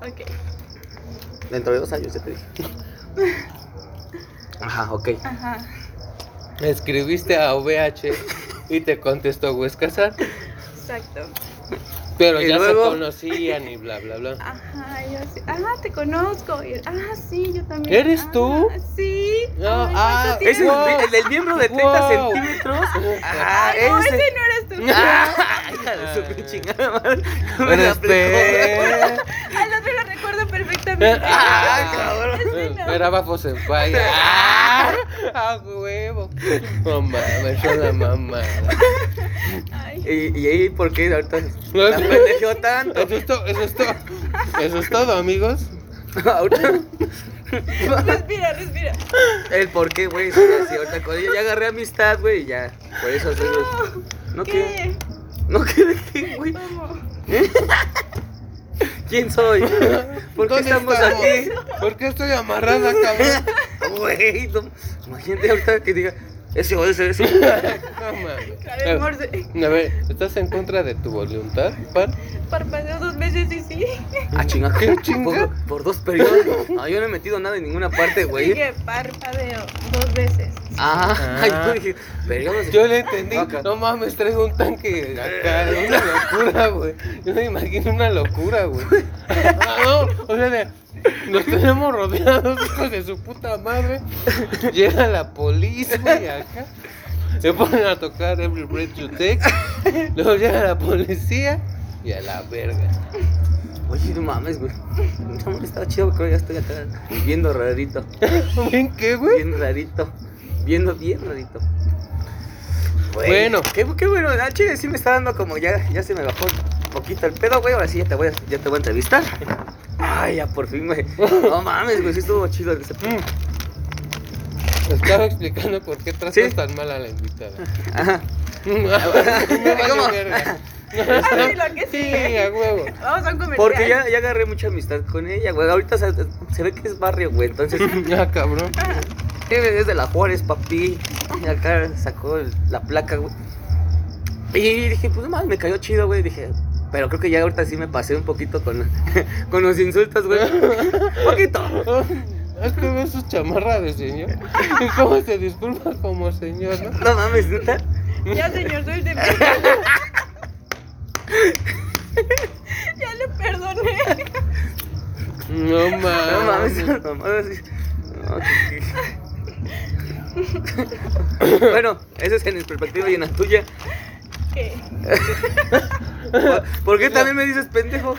[SPEAKER 2] Ok.
[SPEAKER 3] Dentro de dos años ya te dije. Ajá, ok.
[SPEAKER 2] Ajá.
[SPEAKER 1] Escribiste a OVH y te contestó Huescasar.
[SPEAKER 2] Exacto.
[SPEAKER 1] Pero
[SPEAKER 3] Y
[SPEAKER 1] ya
[SPEAKER 3] luego-
[SPEAKER 1] se conocían y bla, bla, bla.
[SPEAKER 2] Ajá, yo así. Ah, te conozco. Y él, ah, sí, yo también.
[SPEAKER 1] ¿Eres
[SPEAKER 2] Ah,
[SPEAKER 1] tú?
[SPEAKER 2] Sí.
[SPEAKER 1] No,
[SPEAKER 2] Ay,
[SPEAKER 1] ah,
[SPEAKER 2] ¿cuánto
[SPEAKER 1] ese
[SPEAKER 3] Ese
[SPEAKER 2] tienes?
[SPEAKER 1] Wow.
[SPEAKER 3] es el del miembro de 30
[SPEAKER 1] Wow.
[SPEAKER 3] centímetros.
[SPEAKER 2] Ah,
[SPEAKER 3] Ajá,
[SPEAKER 2] no,
[SPEAKER 3] ese.
[SPEAKER 2] ese no eres tú.
[SPEAKER 3] Ah, hija de su pinche chingada madre. Me
[SPEAKER 1] Bueno,
[SPEAKER 3] la aplicó.
[SPEAKER 1] este-
[SPEAKER 2] Al otro lo recuerdo perfectamente.
[SPEAKER 3] Ah, cabrón.
[SPEAKER 2] Ese no.
[SPEAKER 1] Era Bafo Senpai. ¡Ah! ¡A huevo! No mames, yo la mamá.
[SPEAKER 2] Ay,
[SPEAKER 3] ¿Y, y ahí por qué ahorita la pendejó tanto?
[SPEAKER 1] Eso es todo, eso es todo. Eso es todo, amigos.
[SPEAKER 3] Ahorita,
[SPEAKER 2] respira, respira.
[SPEAKER 3] el por qué, güey. sí, sí, ahorita con ella ya agarré amistad, güey, y ya. Por eso soy güey. No, ¿qué?
[SPEAKER 2] ¿Qué?
[SPEAKER 3] No, ¿qué? ¿De qué, güey?
[SPEAKER 2] ¿Cómo?
[SPEAKER 3] ¿Quién soy? ¿Por qué
[SPEAKER 1] ¿Dónde
[SPEAKER 3] estamos aquí?
[SPEAKER 1] ¿Por qué estoy amarrada, cabrón?
[SPEAKER 3] Güey, no- imagínate ahorita que diga, ese o ese, ese.
[SPEAKER 1] No mames.
[SPEAKER 2] Clave morse.
[SPEAKER 1] A ver, ¿estás en contra de tu voluntad, pan?
[SPEAKER 2] Parpadeo dos veces y sí.
[SPEAKER 3] Ah, chinga,
[SPEAKER 1] ¿Qué chinga?
[SPEAKER 3] Por, por dos periodos. Ah, yo no he metido nada en ninguna parte, güey.
[SPEAKER 2] Dije parpadeo dos veces.
[SPEAKER 3] Ah,
[SPEAKER 1] Ah.
[SPEAKER 3] ay, yo dije, periodos.
[SPEAKER 1] Yo le entendí,
[SPEAKER 3] Acá.
[SPEAKER 1] no mames, traigo un tanque acá, una locura, güey. Yo me imagino una locura, güey. Ah, no, o sea, de- nos tenemos rodeados, hijos de su puta madre. Llega la policía acá. Se ponen a tocar Every Breath You Take. Luego llega la policía y a la verga.
[SPEAKER 3] Oye, no mames, güey. No, hombre, estaba chido, creo que ya estoy acá viendo rarito.
[SPEAKER 1] ¿Ven qué, güey?
[SPEAKER 3] Bien rarito. Viendo bien rarito. Güey,
[SPEAKER 1] Bueno.
[SPEAKER 3] Qué, qué bueno, ah, chile, sí me está dando como ya, ya se me bajó un poquito el pedo, güey. Ahora sí ya te voy a, ya te voy a entrevistar. Ay, ya por fin, güey. No mames, güey, sí estuvo chido ese pedo.
[SPEAKER 1] Mm. Estaba explicando por qué tratas
[SPEAKER 3] Sí.
[SPEAKER 1] tan mal a la invitada.
[SPEAKER 3] Ajá.
[SPEAKER 1] Me vale
[SPEAKER 3] ¿Cómo?
[SPEAKER 1] verga.
[SPEAKER 2] Sí, lo que
[SPEAKER 1] Sí,
[SPEAKER 2] sigue.
[SPEAKER 1] a huevo.
[SPEAKER 2] Vamos a un comercial.
[SPEAKER 3] Porque ya, ya agarré mucha amistad con ella, güey. Ahorita se, se ve que es barrio, güey. Entonces,
[SPEAKER 1] Ah, cabrón.
[SPEAKER 3] es de la Juárez, papi. Y acá sacó el- la placa, güey. Y dije, pues no mames, me cayó chido, güey. Dije, pero creo que ya ahorita sí me pasé un poquito con, con los insultos, güey. poquito.
[SPEAKER 1] Es que ve su chamarra de señor. ¿Y cómo se disculpa como señor, no?
[SPEAKER 3] No mames, neta.
[SPEAKER 2] Ya, señor, soy de Ya le perdoné.
[SPEAKER 1] No mames.
[SPEAKER 3] No mames, Ah, no mames. No, qué- qué- bueno, esa es en mi perspectiva y en la tuya.
[SPEAKER 2] ¿Qué?
[SPEAKER 3] ¿Por- ¿Por qué también me dices pendejo?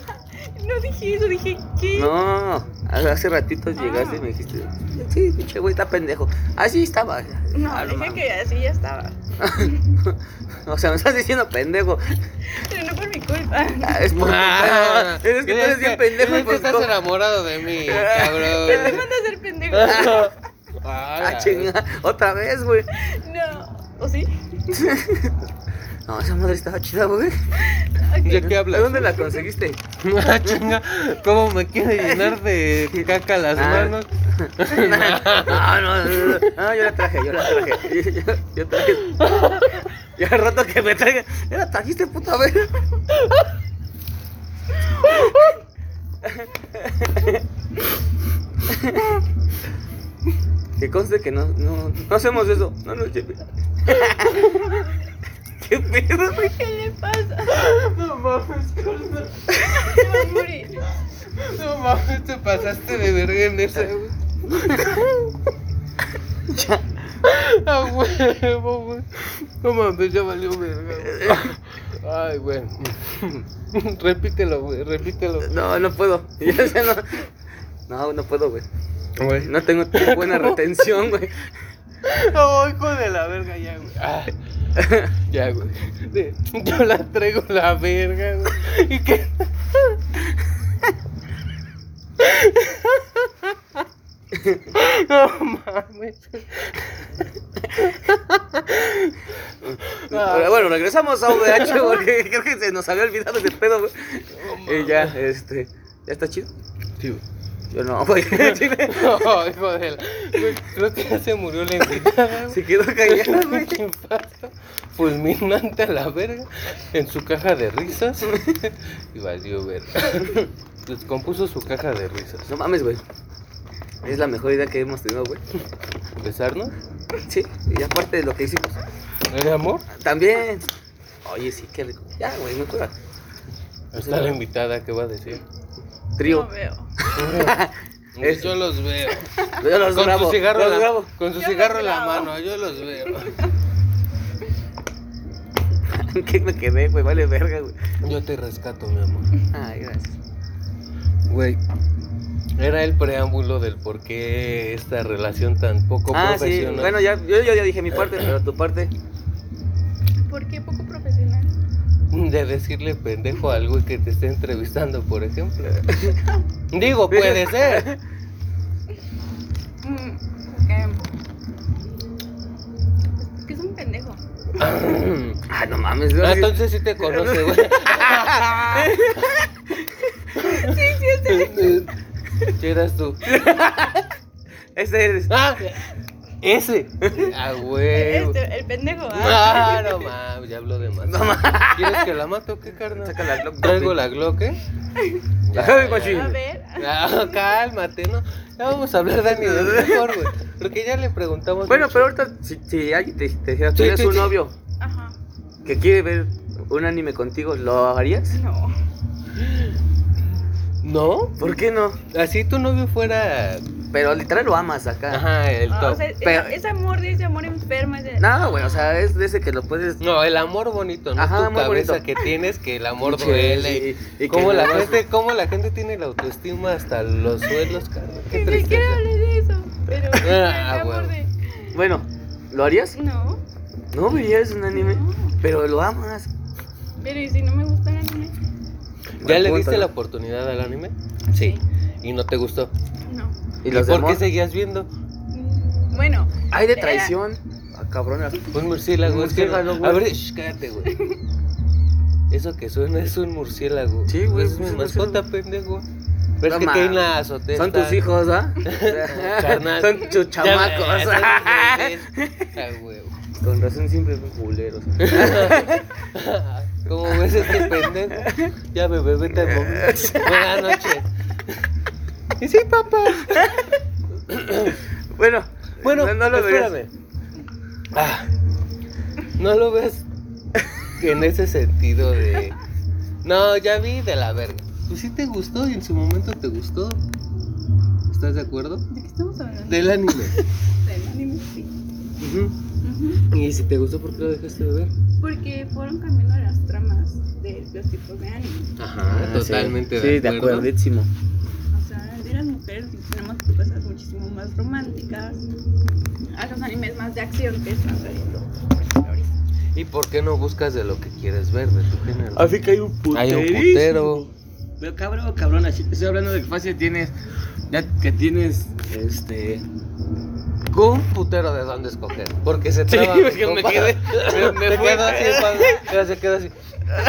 [SPEAKER 2] No dije eso, dije ¿qué?
[SPEAKER 3] No, hace ratito llegaste y me dijiste, sí, pinche güey, está pendejo. Así estaba.
[SPEAKER 2] No,
[SPEAKER 3] Ah,
[SPEAKER 2] dije
[SPEAKER 3] mames.
[SPEAKER 2] que así ya estaba.
[SPEAKER 3] O sea, me estás diciendo pendejo.
[SPEAKER 2] Pero no por mi culpa.
[SPEAKER 3] Ah, Es por
[SPEAKER 1] Ah,
[SPEAKER 3] tu- Es que tú eres bien pendejo.
[SPEAKER 1] Es que
[SPEAKER 3] pues,
[SPEAKER 1] estás
[SPEAKER 3] ¿cómo?
[SPEAKER 1] enamorado de mí,
[SPEAKER 2] ¿Quién te
[SPEAKER 1] cabrón.
[SPEAKER 2] manda a ser pendejo?
[SPEAKER 1] Ah,
[SPEAKER 3] Ah, chinga, otra vez, güey.
[SPEAKER 2] No. ¿O sí?
[SPEAKER 3] No, esa madre estaba chida, güey.
[SPEAKER 1] ¿De qué
[SPEAKER 3] ¿De
[SPEAKER 1] hablas?
[SPEAKER 3] dónde la conseguiste?
[SPEAKER 1] Ah, chinga. ¿Cómo me quiere llenar de caca las
[SPEAKER 3] Ah.
[SPEAKER 1] manos?
[SPEAKER 3] No, no, no, no, no, yo la traje, yo la traje. Yo, yo- yo traje. Ya al rato que me traiga. Ya la trajiste, puta vez. Que conste que no, no, no hacemos eso. No nos lleve. ¿Qué pedo, güey?
[SPEAKER 2] ¿Qué le pasa?
[SPEAKER 1] No mames, Carlos.
[SPEAKER 2] Se va a morir.
[SPEAKER 1] No mames, te pasaste de verga en esa, güey. A huevo, güey. No mames, ya valió verga, güey. Ay, güey. Repítelo, güey, repítelo.
[SPEAKER 3] No, no puedo. Ya sé, no. No, no puedo, güey.
[SPEAKER 1] Güey.
[SPEAKER 3] No tengo buena retención, güey.
[SPEAKER 1] No, Oh, hijo de la verga, ya, güey. Ah, ya, güey. De- Yo la traigo la verga, güey. ¿Y qué? No mames. Ah.
[SPEAKER 3] Pero bueno, regresamos a VH porque creo Eh, que se nos había olvidado ese pedo, güey. Y ya, este. ¿Ya está chido?
[SPEAKER 1] Sí, güey.
[SPEAKER 3] Yo no, güey.
[SPEAKER 1] No, hijo de la... Güey, creo que ya se murió la invitada, güey.
[SPEAKER 3] Se quedó callado, güey.
[SPEAKER 1] Un infarto fulminante a la verga en su caja de risas y valió verga. Descompuso su caja de risas.
[SPEAKER 3] No mames, güey. Es la mejor idea que hemos tenido, güey.
[SPEAKER 1] ¿Besarnos?
[SPEAKER 3] Sí, y aparte de lo que hicimos.
[SPEAKER 1] ¿Era amor?
[SPEAKER 3] También. Oye, sí, qué rico. Ya, güey, no cura.
[SPEAKER 1] Está la invitada, ¿qué va a decir?
[SPEAKER 3] Trío.
[SPEAKER 2] No veo.
[SPEAKER 3] Es-
[SPEAKER 1] Yo los veo.
[SPEAKER 3] Yo los
[SPEAKER 1] Con
[SPEAKER 3] grabo.
[SPEAKER 1] su cigarro,
[SPEAKER 3] yo
[SPEAKER 1] en
[SPEAKER 3] los
[SPEAKER 1] la-
[SPEAKER 3] grabo.
[SPEAKER 1] con su
[SPEAKER 2] Yo los
[SPEAKER 1] cigarro en la
[SPEAKER 2] grabo.
[SPEAKER 1] mano, yo los veo.
[SPEAKER 3] ¿En qué me quedé, güey? Vale verga, güey.
[SPEAKER 1] Yo te rescato, mi amor.
[SPEAKER 3] Ay, gracias.
[SPEAKER 1] Güey, era el preámbulo del por qué esta relación tan poco
[SPEAKER 3] Ah, sí.
[SPEAKER 1] profesional.
[SPEAKER 3] Bueno, ya, yo, yo ya dije mi parte, pero tu parte.
[SPEAKER 2] ¿Por qué poco profesional?
[SPEAKER 1] De decirle pendejo al güey que te esté entrevistando, por ejemplo. Digo, puede ser.
[SPEAKER 2] Mm, ok. Es que es un pendejo.
[SPEAKER 3] Pues Ah, no mames.
[SPEAKER 1] Ah,
[SPEAKER 3] güey.
[SPEAKER 1] entonces sí te conoce, güey.
[SPEAKER 2] Sí, sí, este.
[SPEAKER 1] Sí, eras tú.
[SPEAKER 3] Este eres.
[SPEAKER 1] Ah, ese. Ah, güey.
[SPEAKER 2] este, el pendejo. ¿ah?
[SPEAKER 1] Ah, no mames, ya hablo de más.
[SPEAKER 3] No mames.
[SPEAKER 1] ¿Quieres que la mate o qué, carnal?
[SPEAKER 3] Saca la Glock,
[SPEAKER 1] Traigo
[SPEAKER 3] papi.
[SPEAKER 1] la Glock, ¿eh?
[SPEAKER 3] La
[SPEAKER 1] Ya,
[SPEAKER 3] Javi
[SPEAKER 1] ya.
[SPEAKER 3] Guachi.
[SPEAKER 2] A ver.
[SPEAKER 1] Ah, cálmate, ¿no? Ya vamos a hablar, Dani, de lo mejor, güey. Porque ya le preguntamos.
[SPEAKER 3] Bueno,
[SPEAKER 1] mucho.
[SPEAKER 3] pero ahorita, si, si alguien te, te dijera, tú
[SPEAKER 1] Sí,
[SPEAKER 3] eres
[SPEAKER 1] sí,
[SPEAKER 3] un
[SPEAKER 1] sí.
[SPEAKER 3] novio
[SPEAKER 2] Ajá.
[SPEAKER 3] que quiere ver un anime contigo, ¿lo harías?
[SPEAKER 2] No.
[SPEAKER 1] ¿No?
[SPEAKER 3] ¿Por qué no?
[SPEAKER 1] Así tu novio fuera.
[SPEAKER 3] Pero literal lo amas acá.
[SPEAKER 1] Ajá, el
[SPEAKER 2] Ah,
[SPEAKER 1] top.
[SPEAKER 2] o sea, es,
[SPEAKER 3] Pero-
[SPEAKER 2] es amor de ese amor enfermo. Ese...
[SPEAKER 3] No, güey, o sea, es de ese que lo puedes.
[SPEAKER 1] No, el amor bonito, no
[SPEAKER 3] Ajá,
[SPEAKER 1] tu
[SPEAKER 3] amor
[SPEAKER 1] cabeza
[SPEAKER 3] bonito.
[SPEAKER 1] que tienes, que el amor
[SPEAKER 3] Sí,
[SPEAKER 1] duele.
[SPEAKER 3] sí, y que
[SPEAKER 1] ¿Cómo, la
[SPEAKER 3] nada más-
[SPEAKER 1] gente, ¿Cómo la gente tiene la autoestima hasta los suelos, cabrón? Qué
[SPEAKER 2] Ni siquiera
[SPEAKER 1] tristeza.
[SPEAKER 2] hables de eso. Pero.
[SPEAKER 1] Ah,
[SPEAKER 2] el amor
[SPEAKER 1] huevo.
[SPEAKER 2] de.
[SPEAKER 3] Bueno, ¿lo harías?
[SPEAKER 2] No.
[SPEAKER 3] No verías un anime,
[SPEAKER 2] No.
[SPEAKER 3] pero lo amas.
[SPEAKER 2] Pero ¿y si no me gusta el anime?
[SPEAKER 1] ¿Ya
[SPEAKER 3] Buen
[SPEAKER 1] le
[SPEAKER 3] punto,
[SPEAKER 1] diste
[SPEAKER 3] ¿no?
[SPEAKER 1] la oportunidad al anime? Sí. ¿Y no te gustó?
[SPEAKER 2] No.
[SPEAKER 3] ¿Y los
[SPEAKER 1] por qué
[SPEAKER 3] demás?
[SPEAKER 1] seguías viendo?
[SPEAKER 2] Mm, Bueno.
[SPEAKER 3] Hay de
[SPEAKER 2] Era-
[SPEAKER 3] traición. Ah, cabrón.
[SPEAKER 1] Un murciélago.
[SPEAKER 3] Un
[SPEAKER 1] es que no-
[SPEAKER 3] murciélago, güey.
[SPEAKER 1] A ver, shh, cállate, güey. Eso que suena es un murciélago.
[SPEAKER 3] Sí, güey,
[SPEAKER 1] Es mi
[SPEAKER 3] es un
[SPEAKER 1] mascota,
[SPEAKER 3] murciélago.
[SPEAKER 1] pendejo. Pero
[SPEAKER 3] No
[SPEAKER 1] es que cae en la
[SPEAKER 3] mames.
[SPEAKER 1] azotea.
[SPEAKER 3] Son
[SPEAKER 1] está-
[SPEAKER 3] tus hijos, ¿ah?
[SPEAKER 1] Carnal.
[SPEAKER 3] Son tus
[SPEAKER 1] Ya,
[SPEAKER 3] chamacos.
[SPEAKER 1] ya, ya, güey.
[SPEAKER 3] Con razón siempre son culeros.
[SPEAKER 1] ¿Cómo ves este pendejo? Ya, bebé, vete al momento. Buenas noches. Y sí, papá.
[SPEAKER 3] Bueno,
[SPEAKER 1] Bueno,
[SPEAKER 3] no, no lo verías.
[SPEAKER 1] espérame. Ah, no lo ves en ese sentido de. No, ya vi de la verga. Pues sí te gustó y en su momento te gustó. ¿Estás de acuerdo?
[SPEAKER 2] ¿De qué estamos hablando?
[SPEAKER 1] Del anime.
[SPEAKER 2] Del anime, sí.
[SPEAKER 1] Ujú.
[SPEAKER 2] Ujú.
[SPEAKER 1] Y si te gustó, ¿por qué lo dejaste de ver?
[SPEAKER 2] Porque fueron cambiando las tramas de los tipos de anime.
[SPEAKER 1] Ajá,
[SPEAKER 3] Ah,
[SPEAKER 1] totalmente
[SPEAKER 3] sí. Sí, de acuerdísimo.
[SPEAKER 2] O sea, antes eran mujeres y tenemos cosas muchísimo más románticas. A los animes más de acción que están saliendo. por ejemplo, ahorita.
[SPEAKER 1] ¿Y por qué no buscas de lo que quieres ver, de tu género?
[SPEAKER 3] Así Ah, que hay un putero.
[SPEAKER 1] Hay un putero.
[SPEAKER 3] Pero cabrón, cabrón, así te estoy hablando de que fácil tienes. Ya que tienes. Este.
[SPEAKER 1] Un putero de dónde escoger. Porque se traba.
[SPEAKER 3] porque
[SPEAKER 1] mi
[SPEAKER 3] me
[SPEAKER 1] compa.
[SPEAKER 3] quedé- me- me
[SPEAKER 1] Se
[SPEAKER 3] fui.
[SPEAKER 1] quedó así, cuando- ya se quedó así.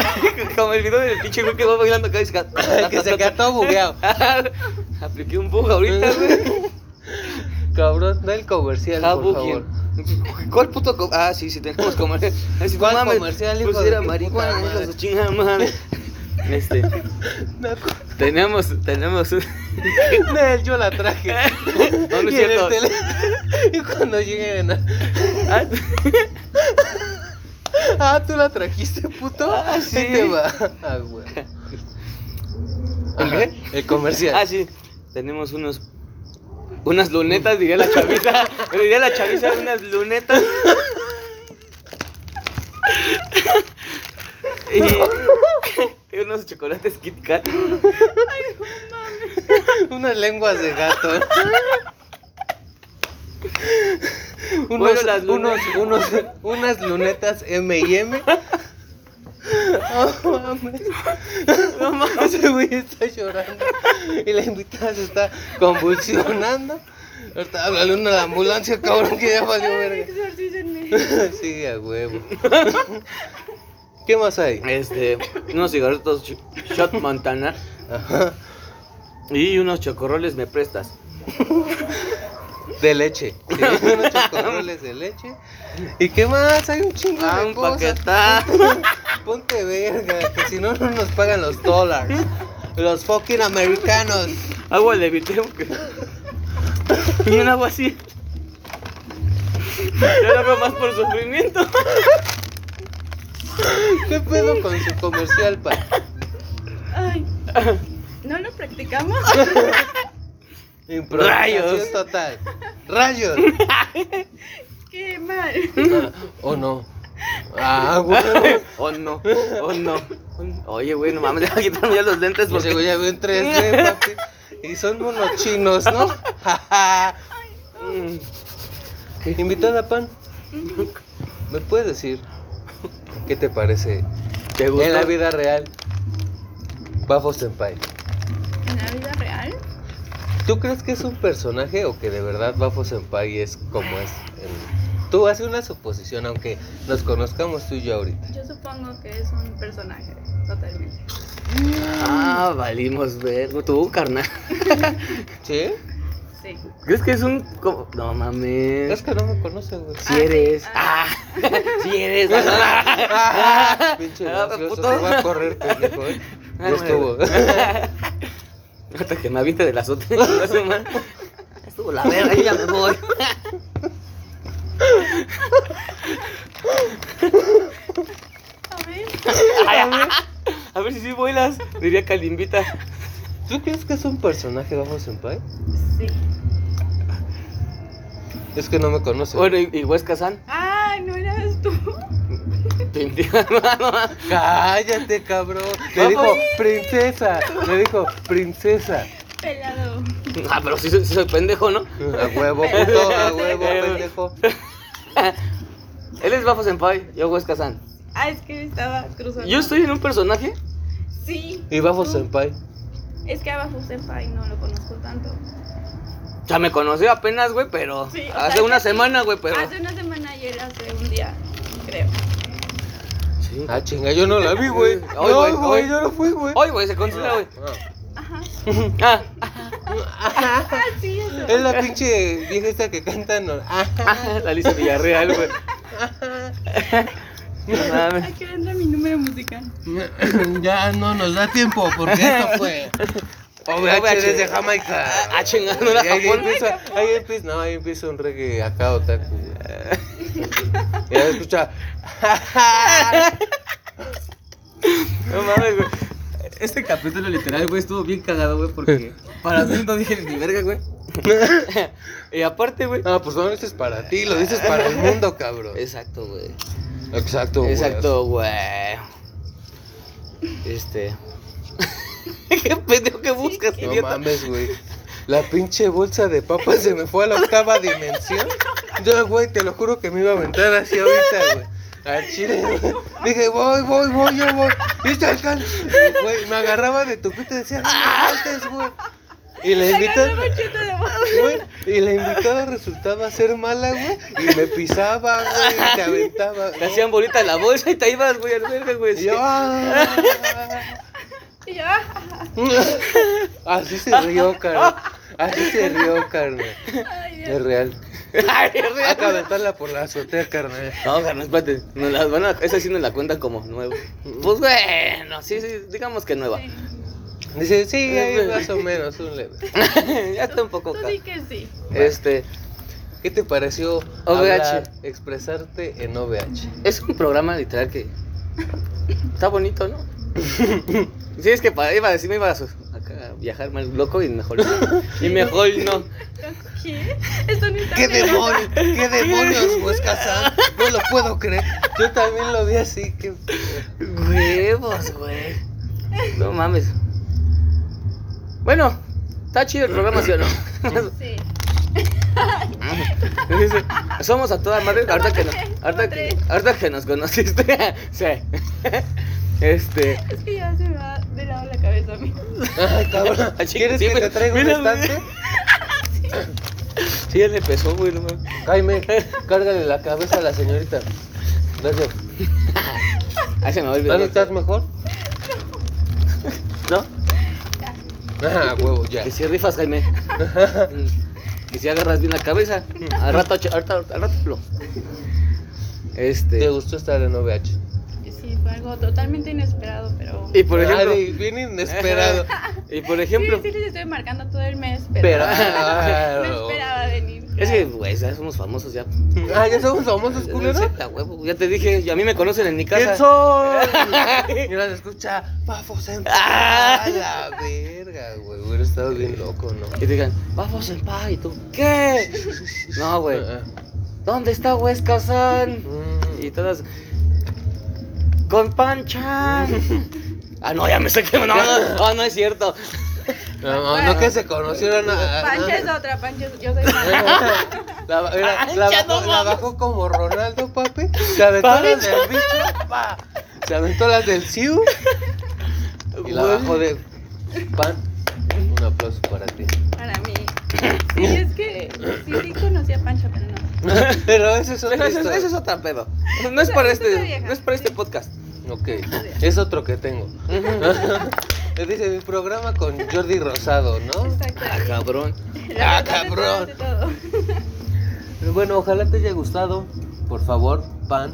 [SPEAKER 3] Como el video del pinche güey que va bailando acá y se ca-
[SPEAKER 1] que se quedó todo bugueado.
[SPEAKER 3] Apliqué un bug ahorita, güey.
[SPEAKER 1] Cabrón, da el comercial,
[SPEAKER 3] Ah,
[SPEAKER 1] por
[SPEAKER 3] bugging.
[SPEAKER 1] favor.
[SPEAKER 3] ¿Cuál puto co- Ah, sí, sí, tenemos comercial. Ah, sí, no
[SPEAKER 1] ¿Cuál
[SPEAKER 3] mames,
[SPEAKER 1] comercial, hijo
[SPEAKER 3] Pues
[SPEAKER 1] de
[SPEAKER 3] era
[SPEAKER 1] tu puta
[SPEAKER 3] marihuana,
[SPEAKER 1] madre?
[SPEAKER 3] hijas de chingada madre. Este, tenemos, tenemos un...
[SPEAKER 1] Nel, yo la traje.
[SPEAKER 3] No, no es
[SPEAKER 1] y, en el
[SPEAKER 3] cierto.
[SPEAKER 1] tele- y cuando lleguen a-
[SPEAKER 3] Ah,
[SPEAKER 1] Ah, tú la trajiste, puto.
[SPEAKER 3] Ah,
[SPEAKER 1] Ahí
[SPEAKER 3] sí.
[SPEAKER 1] te va. Ah, güey. Ajá,
[SPEAKER 3] ¿Qué?
[SPEAKER 1] El comercial.
[SPEAKER 3] Ah, sí. Tenemos unos. Unas lunetas, diría la chaviza. diría la chaviza, unas lunetas. y, y unos chocolates Kit Kat.
[SPEAKER 1] Unas lenguas de gato. unos,
[SPEAKER 3] Bueno, las
[SPEAKER 1] unos, unos,
[SPEAKER 3] lunas.
[SPEAKER 1] unas lunetas M&M. No Oh, mames. No mames, ese güey está llorando. Y la invitada se está convulsionando. Ahorita háblale una a la ambulancia, cabrón, que ya valió verga.
[SPEAKER 2] Exorcícenme.
[SPEAKER 1] Sí, a huevo. ¿Qué más hay?
[SPEAKER 3] Este, unos cigarritos Sh- Shot Montana.
[SPEAKER 1] Ajá.
[SPEAKER 3] Y unos chocorroles me prestas.
[SPEAKER 1] De leche. Sí, unos chocorroles de leche. ¿Y qué más? Hay un chingo
[SPEAKER 3] Ah,
[SPEAKER 1] de
[SPEAKER 3] un
[SPEAKER 1] cosas.
[SPEAKER 3] paquetá.
[SPEAKER 1] Ponte verga, que si no, no nos pagan los dólares. Los fucking americanos.
[SPEAKER 3] Agua de viteo. Y un agua así. Yo lo hago más por sufrimiento.
[SPEAKER 1] ¿Qué pedo con su comercial, pa?
[SPEAKER 2] Ay, ¿no lo practicamos?
[SPEAKER 1] Improvisación
[SPEAKER 3] Rayos.
[SPEAKER 1] total. Rayos.
[SPEAKER 2] Qué mal.
[SPEAKER 1] Ah, o no. Ah, güey.
[SPEAKER 3] Oh no, oh no. Oye, güey, no mames, deja quitarme ya los lentes
[SPEAKER 1] Pues digo,
[SPEAKER 3] porque.
[SPEAKER 1] ya veo en 3D, papi. Y son monos chinos, ¿no? Ja, ja.
[SPEAKER 3] Mm.
[SPEAKER 1] Mm. Invitada, pan. ¿Me puedes decir qué te parece
[SPEAKER 3] ¿Te gusta?
[SPEAKER 1] en la vida real? Bafo Senpai.
[SPEAKER 2] ¿En la vida real?
[SPEAKER 1] ¿Tú crees que es un personaje o que de verdad Bafo Senpai es como es? en- Tú haces una suposición, aunque nos conozcamos tú y yo ahorita.
[SPEAKER 2] Yo supongo que es un personaje, totalmente.
[SPEAKER 3] Ah, valimos vergo. Tú, carnal.
[SPEAKER 1] ¿Sí?
[SPEAKER 2] Sí.
[SPEAKER 3] ¿Crees que es un.? co- No mames.
[SPEAKER 1] Es que no me conoce, güey.
[SPEAKER 3] Si eres. Ah, si eres.
[SPEAKER 1] Pinche
[SPEAKER 3] Ah,
[SPEAKER 1] gracioso,
[SPEAKER 3] puto.
[SPEAKER 1] te voy a correr, pendejo, ¿eh? Ya
[SPEAKER 3] Ah,
[SPEAKER 1] estuvo.
[SPEAKER 3] Hasta que me aviente del azote. no hace mal. Estuvo la verga, yo ya me voy.
[SPEAKER 2] A ver,
[SPEAKER 3] A ver si sí vuelas. Diría Calimbita.
[SPEAKER 1] ¿Tú crees que es un personaje Bafo Senpai?
[SPEAKER 2] sí.
[SPEAKER 1] Es que no me conoce.
[SPEAKER 3] Bueno, y, y Huesca San.
[SPEAKER 2] Ay, ¿no eras tú?
[SPEAKER 3] Pendeja, no, no.
[SPEAKER 1] Cállate, cabrón. Le dijo,
[SPEAKER 3] Vamos.
[SPEAKER 1] princesa. Le dijo, princesa.
[SPEAKER 2] Pelado.
[SPEAKER 3] Ah, pero sí, soy- sí soy pendejo, ¿no?
[SPEAKER 1] A huevo, puto, a huevo, pendejo.
[SPEAKER 3] Él es Bafo Senpai, yo Huesca San.
[SPEAKER 2] Ah, es que estaba cruzando.
[SPEAKER 3] Yo estoy en un personaje.
[SPEAKER 2] Sí.
[SPEAKER 1] Y Bafo
[SPEAKER 2] tú.
[SPEAKER 1] Senpai.
[SPEAKER 2] Es que abajo Senpai no lo conozco tanto.
[SPEAKER 3] Ya me conoció apenas, güey, pero.
[SPEAKER 2] Sí, o
[SPEAKER 3] hace
[SPEAKER 2] sea,
[SPEAKER 3] una
[SPEAKER 2] sí.
[SPEAKER 3] semana, güey, pero.
[SPEAKER 2] Hace una semana ayer, hace un día, creo.
[SPEAKER 3] Sí.
[SPEAKER 1] Ah, chinga, yo no la vi, güey. No,
[SPEAKER 3] Hoy, güey,
[SPEAKER 1] güey,
[SPEAKER 3] hoy.
[SPEAKER 1] yo no fui, güey.
[SPEAKER 3] Hoy, güey, se considera, güey.
[SPEAKER 2] Ajá.
[SPEAKER 3] Ah,
[SPEAKER 2] Ah, sí, eso.
[SPEAKER 1] Es la pinche vieja esta que canta. No. Ah,
[SPEAKER 3] ah, la Alicia Villarreal, güey. No mames.
[SPEAKER 2] Aquí que entra mi número musical.
[SPEAKER 1] ya no nos da tiempo porque esto fue. OVH desde Jamaica.
[SPEAKER 3] Ah, chingada, no era
[SPEAKER 1] Y ahí,
[SPEAKER 3] Japón.
[SPEAKER 1] empieza, ahí empieza, no, ahí empieza un reggae acá otaku. Y ahí escucha.
[SPEAKER 3] No mames, güey. Este capítulo literal, güey, estuvo bien cagado, güey, porque para mí no dije ni verga, güey. y aparte, güey.
[SPEAKER 1] No, pues no lo dices para ti, lo dices para el mundo, cabrón.
[SPEAKER 3] Exacto, güey.
[SPEAKER 1] Exacto, güey.
[SPEAKER 3] Exacto, güey. Este. ¿Qué pendejo que buscas,
[SPEAKER 1] No
[SPEAKER 3] idiota?
[SPEAKER 1] mames, güey. La pinche bolsa de papas se me fue a la octava dimensión. Yo, güey, te lo juro que me iba a aventar así ahorita, güey. Al chile, güey. Dije, voy, voy, voy, yo voy. Y te alcanzo. Y, Güey, me agarraba de tu pito y decía, no me saltes, güey. Y la invitada,
[SPEAKER 2] Agarraba un cheto de
[SPEAKER 1] güey, y la invitada resultaba ser mala, güey. Y me pisaba, güey, y te aventaba.
[SPEAKER 3] Te hacían bolita en la bolsa y te ibas, güey, al verga, güey.
[SPEAKER 1] Y yo, "Ah".
[SPEAKER 2] Y yo, ah,
[SPEAKER 1] Así se rió, carnal. Así se rió, carnal.
[SPEAKER 2] ay, Dios.
[SPEAKER 1] Es real.
[SPEAKER 3] Ay, re-
[SPEAKER 1] Hay que aventarla por la azotea, carnal.
[SPEAKER 3] No, carnal, espérate. Nos la van a- esa sí nos la cuentan como nueva. Pues bueno, sí, sí, digamos que nueva.
[SPEAKER 2] Sí.
[SPEAKER 1] Dice, sí, ahí más o menos, un leve.
[SPEAKER 3] ya está un poco
[SPEAKER 2] Tú
[SPEAKER 3] ca-
[SPEAKER 2] di que sí.
[SPEAKER 3] Este,
[SPEAKER 1] ¿Qué te pareció
[SPEAKER 3] OVH?
[SPEAKER 1] hablar, expresarte en OVH?
[SPEAKER 3] es un programa literal que está bonito, ¿no? Sí, es que para, iba a decir, me iba a, su- acá a viajar mal loco y mejor no. Y mejor no.
[SPEAKER 2] ¿Qué? Esto no está
[SPEAKER 1] ¿Qué
[SPEAKER 2] bien.
[SPEAKER 1] demonios? ¿Qué demonios, Huesca San? No lo puedo creer. Yo también lo vi así. Que...
[SPEAKER 3] Huevos, güey. No mames. Bueno, está chido el programa, ¿sí o no?
[SPEAKER 2] Sí.
[SPEAKER 3] Dice, Somos a toda madre. Ahorita que, no- ahorita, que, ahorita que nos conociste. sí. Este.
[SPEAKER 2] Es que ya se me va de lado la cabeza a mí.
[SPEAKER 1] Ay, cabrón.
[SPEAKER 3] Ah, chica,
[SPEAKER 1] ¿Quieres
[SPEAKER 3] sí,
[SPEAKER 1] que
[SPEAKER 3] mira,
[SPEAKER 1] te traiga un
[SPEAKER 3] mira,
[SPEAKER 1] estante?
[SPEAKER 3] Sí, ya le empezó, güey, no mames.
[SPEAKER 1] Jaime, cárgale la cabeza a la señorita. Gracias.
[SPEAKER 3] Ahí se me va a
[SPEAKER 1] ¿No
[SPEAKER 3] olvidar.
[SPEAKER 1] estás mejor?
[SPEAKER 3] ¿No?
[SPEAKER 1] Ah, huevo, ya.
[SPEAKER 3] Que si rifas, Jaime. que si agarras bien la cabeza.
[SPEAKER 1] Mm.
[SPEAKER 3] Al rato, ch- ahorita- al rato, lo.
[SPEAKER 1] ¿Te
[SPEAKER 3] Este.
[SPEAKER 1] gustó estar en OVH?
[SPEAKER 2] Sí, fue algo totalmente inesperado, pero.
[SPEAKER 3] Y por ejemplo.
[SPEAKER 1] Ay, bien inesperado.
[SPEAKER 3] Y por ejemplo.
[SPEAKER 2] Sí, sí, les estoy marcando todo el mes,
[SPEAKER 1] Pero.
[SPEAKER 2] pero. no
[SPEAKER 1] ah,
[SPEAKER 2] esperaba venir.
[SPEAKER 3] Es que, güey, ya somos famosos ya.
[SPEAKER 1] ah, ya somos famosos, culero.
[SPEAKER 3] Zeta, huevo, Ya te dije, a mí me conocen en mi casa.
[SPEAKER 1] ¿Quién soy? Mira, se escucha. Pafos en.
[SPEAKER 3] Ah.
[SPEAKER 1] A la verga, güey. Hubiera estado bien loco, ¿no?
[SPEAKER 3] Y te digan, vamos en paz. Y tú, ¿qué? No, güey.
[SPEAKER 1] Ah,
[SPEAKER 3] ¿Dónde está Huesca San?
[SPEAKER 1] mm.
[SPEAKER 3] Y todas. ¡Con Panchan! ah, no, ya me estoy quemando. No, Ah, no, no es cierto.
[SPEAKER 1] No, no, no que se ah, conocieron a.
[SPEAKER 2] Pancha es
[SPEAKER 1] a-
[SPEAKER 2] otra, Pancha es- Yo soy Pancha.
[SPEAKER 1] La, mira, la,
[SPEAKER 3] Ay, ya
[SPEAKER 1] bajó,
[SPEAKER 3] no
[SPEAKER 1] la
[SPEAKER 3] mames.
[SPEAKER 1] bajó como Ronaldo, papi. Se aventó
[SPEAKER 3] Papi.
[SPEAKER 1] las del bicho, pa. Se aventó las del Siu. Y la
[SPEAKER 3] Güey.
[SPEAKER 1] bajó de pan. Un aplauso para ti.
[SPEAKER 2] Para mí. Sí, es que. Sí, sí conocí a Pancha, pero no.
[SPEAKER 1] Pero eso es
[SPEAKER 3] Pero
[SPEAKER 1] otra
[SPEAKER 3] eso, es-
[SPEAKER 1] historia.
[SPEAKER 3] eso es otro pedo. No, no es para
[SPEAKER 2] Eso es otra
[SPEAKER 3] este,
[SPEAKER 2] vieja.
[SPEAKER 3] no es para este podcast.
[SPEAKER 1] Ok, es otro que tengo. Dice mi programa con Jordi Rosado, ¿no?
[SPEAKER 2] Exacto.
[SPEAKER 3] Ah, cabrón.
[SPEAKER 2] La
[SPEAKER 1] Ah,
[SPEAKER 2] verdad,
[SPEAKER 1] Oh. cabrón.
[SPEAKER 2] de todo, de todo.
[SPEAKER 1] Pero bueno, ojalá te haya gustado. Por favor, pan,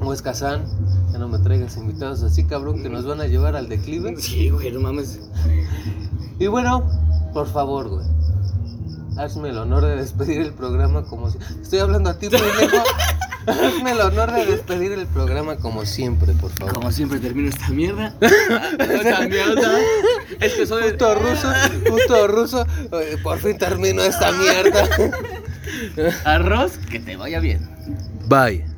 [SPEAKER 1] Huesca San, ya no me traigas invitados así, cabrón, que nos van a llevar al declive.
[SPEAKER 3] Sí, güey, no mames.
[SPEAKER 1] Y bueno, por favor, güey. Hazme el honor de despedir el programa como si... Estoy hablando a ti, pendejo. Hazme el honor de despedir el programa como siempre, por favor.
[SPEAKER 3] Como siempre termino esta mierda. esta mierda. Es que soy
[SPEAKER 1] Puto ruso, puto ruso. eh, Por fin termino esta mierda.
[SPEAKER 3] arroz. Que te vaya bien.
[SPEAKER 1] Bye.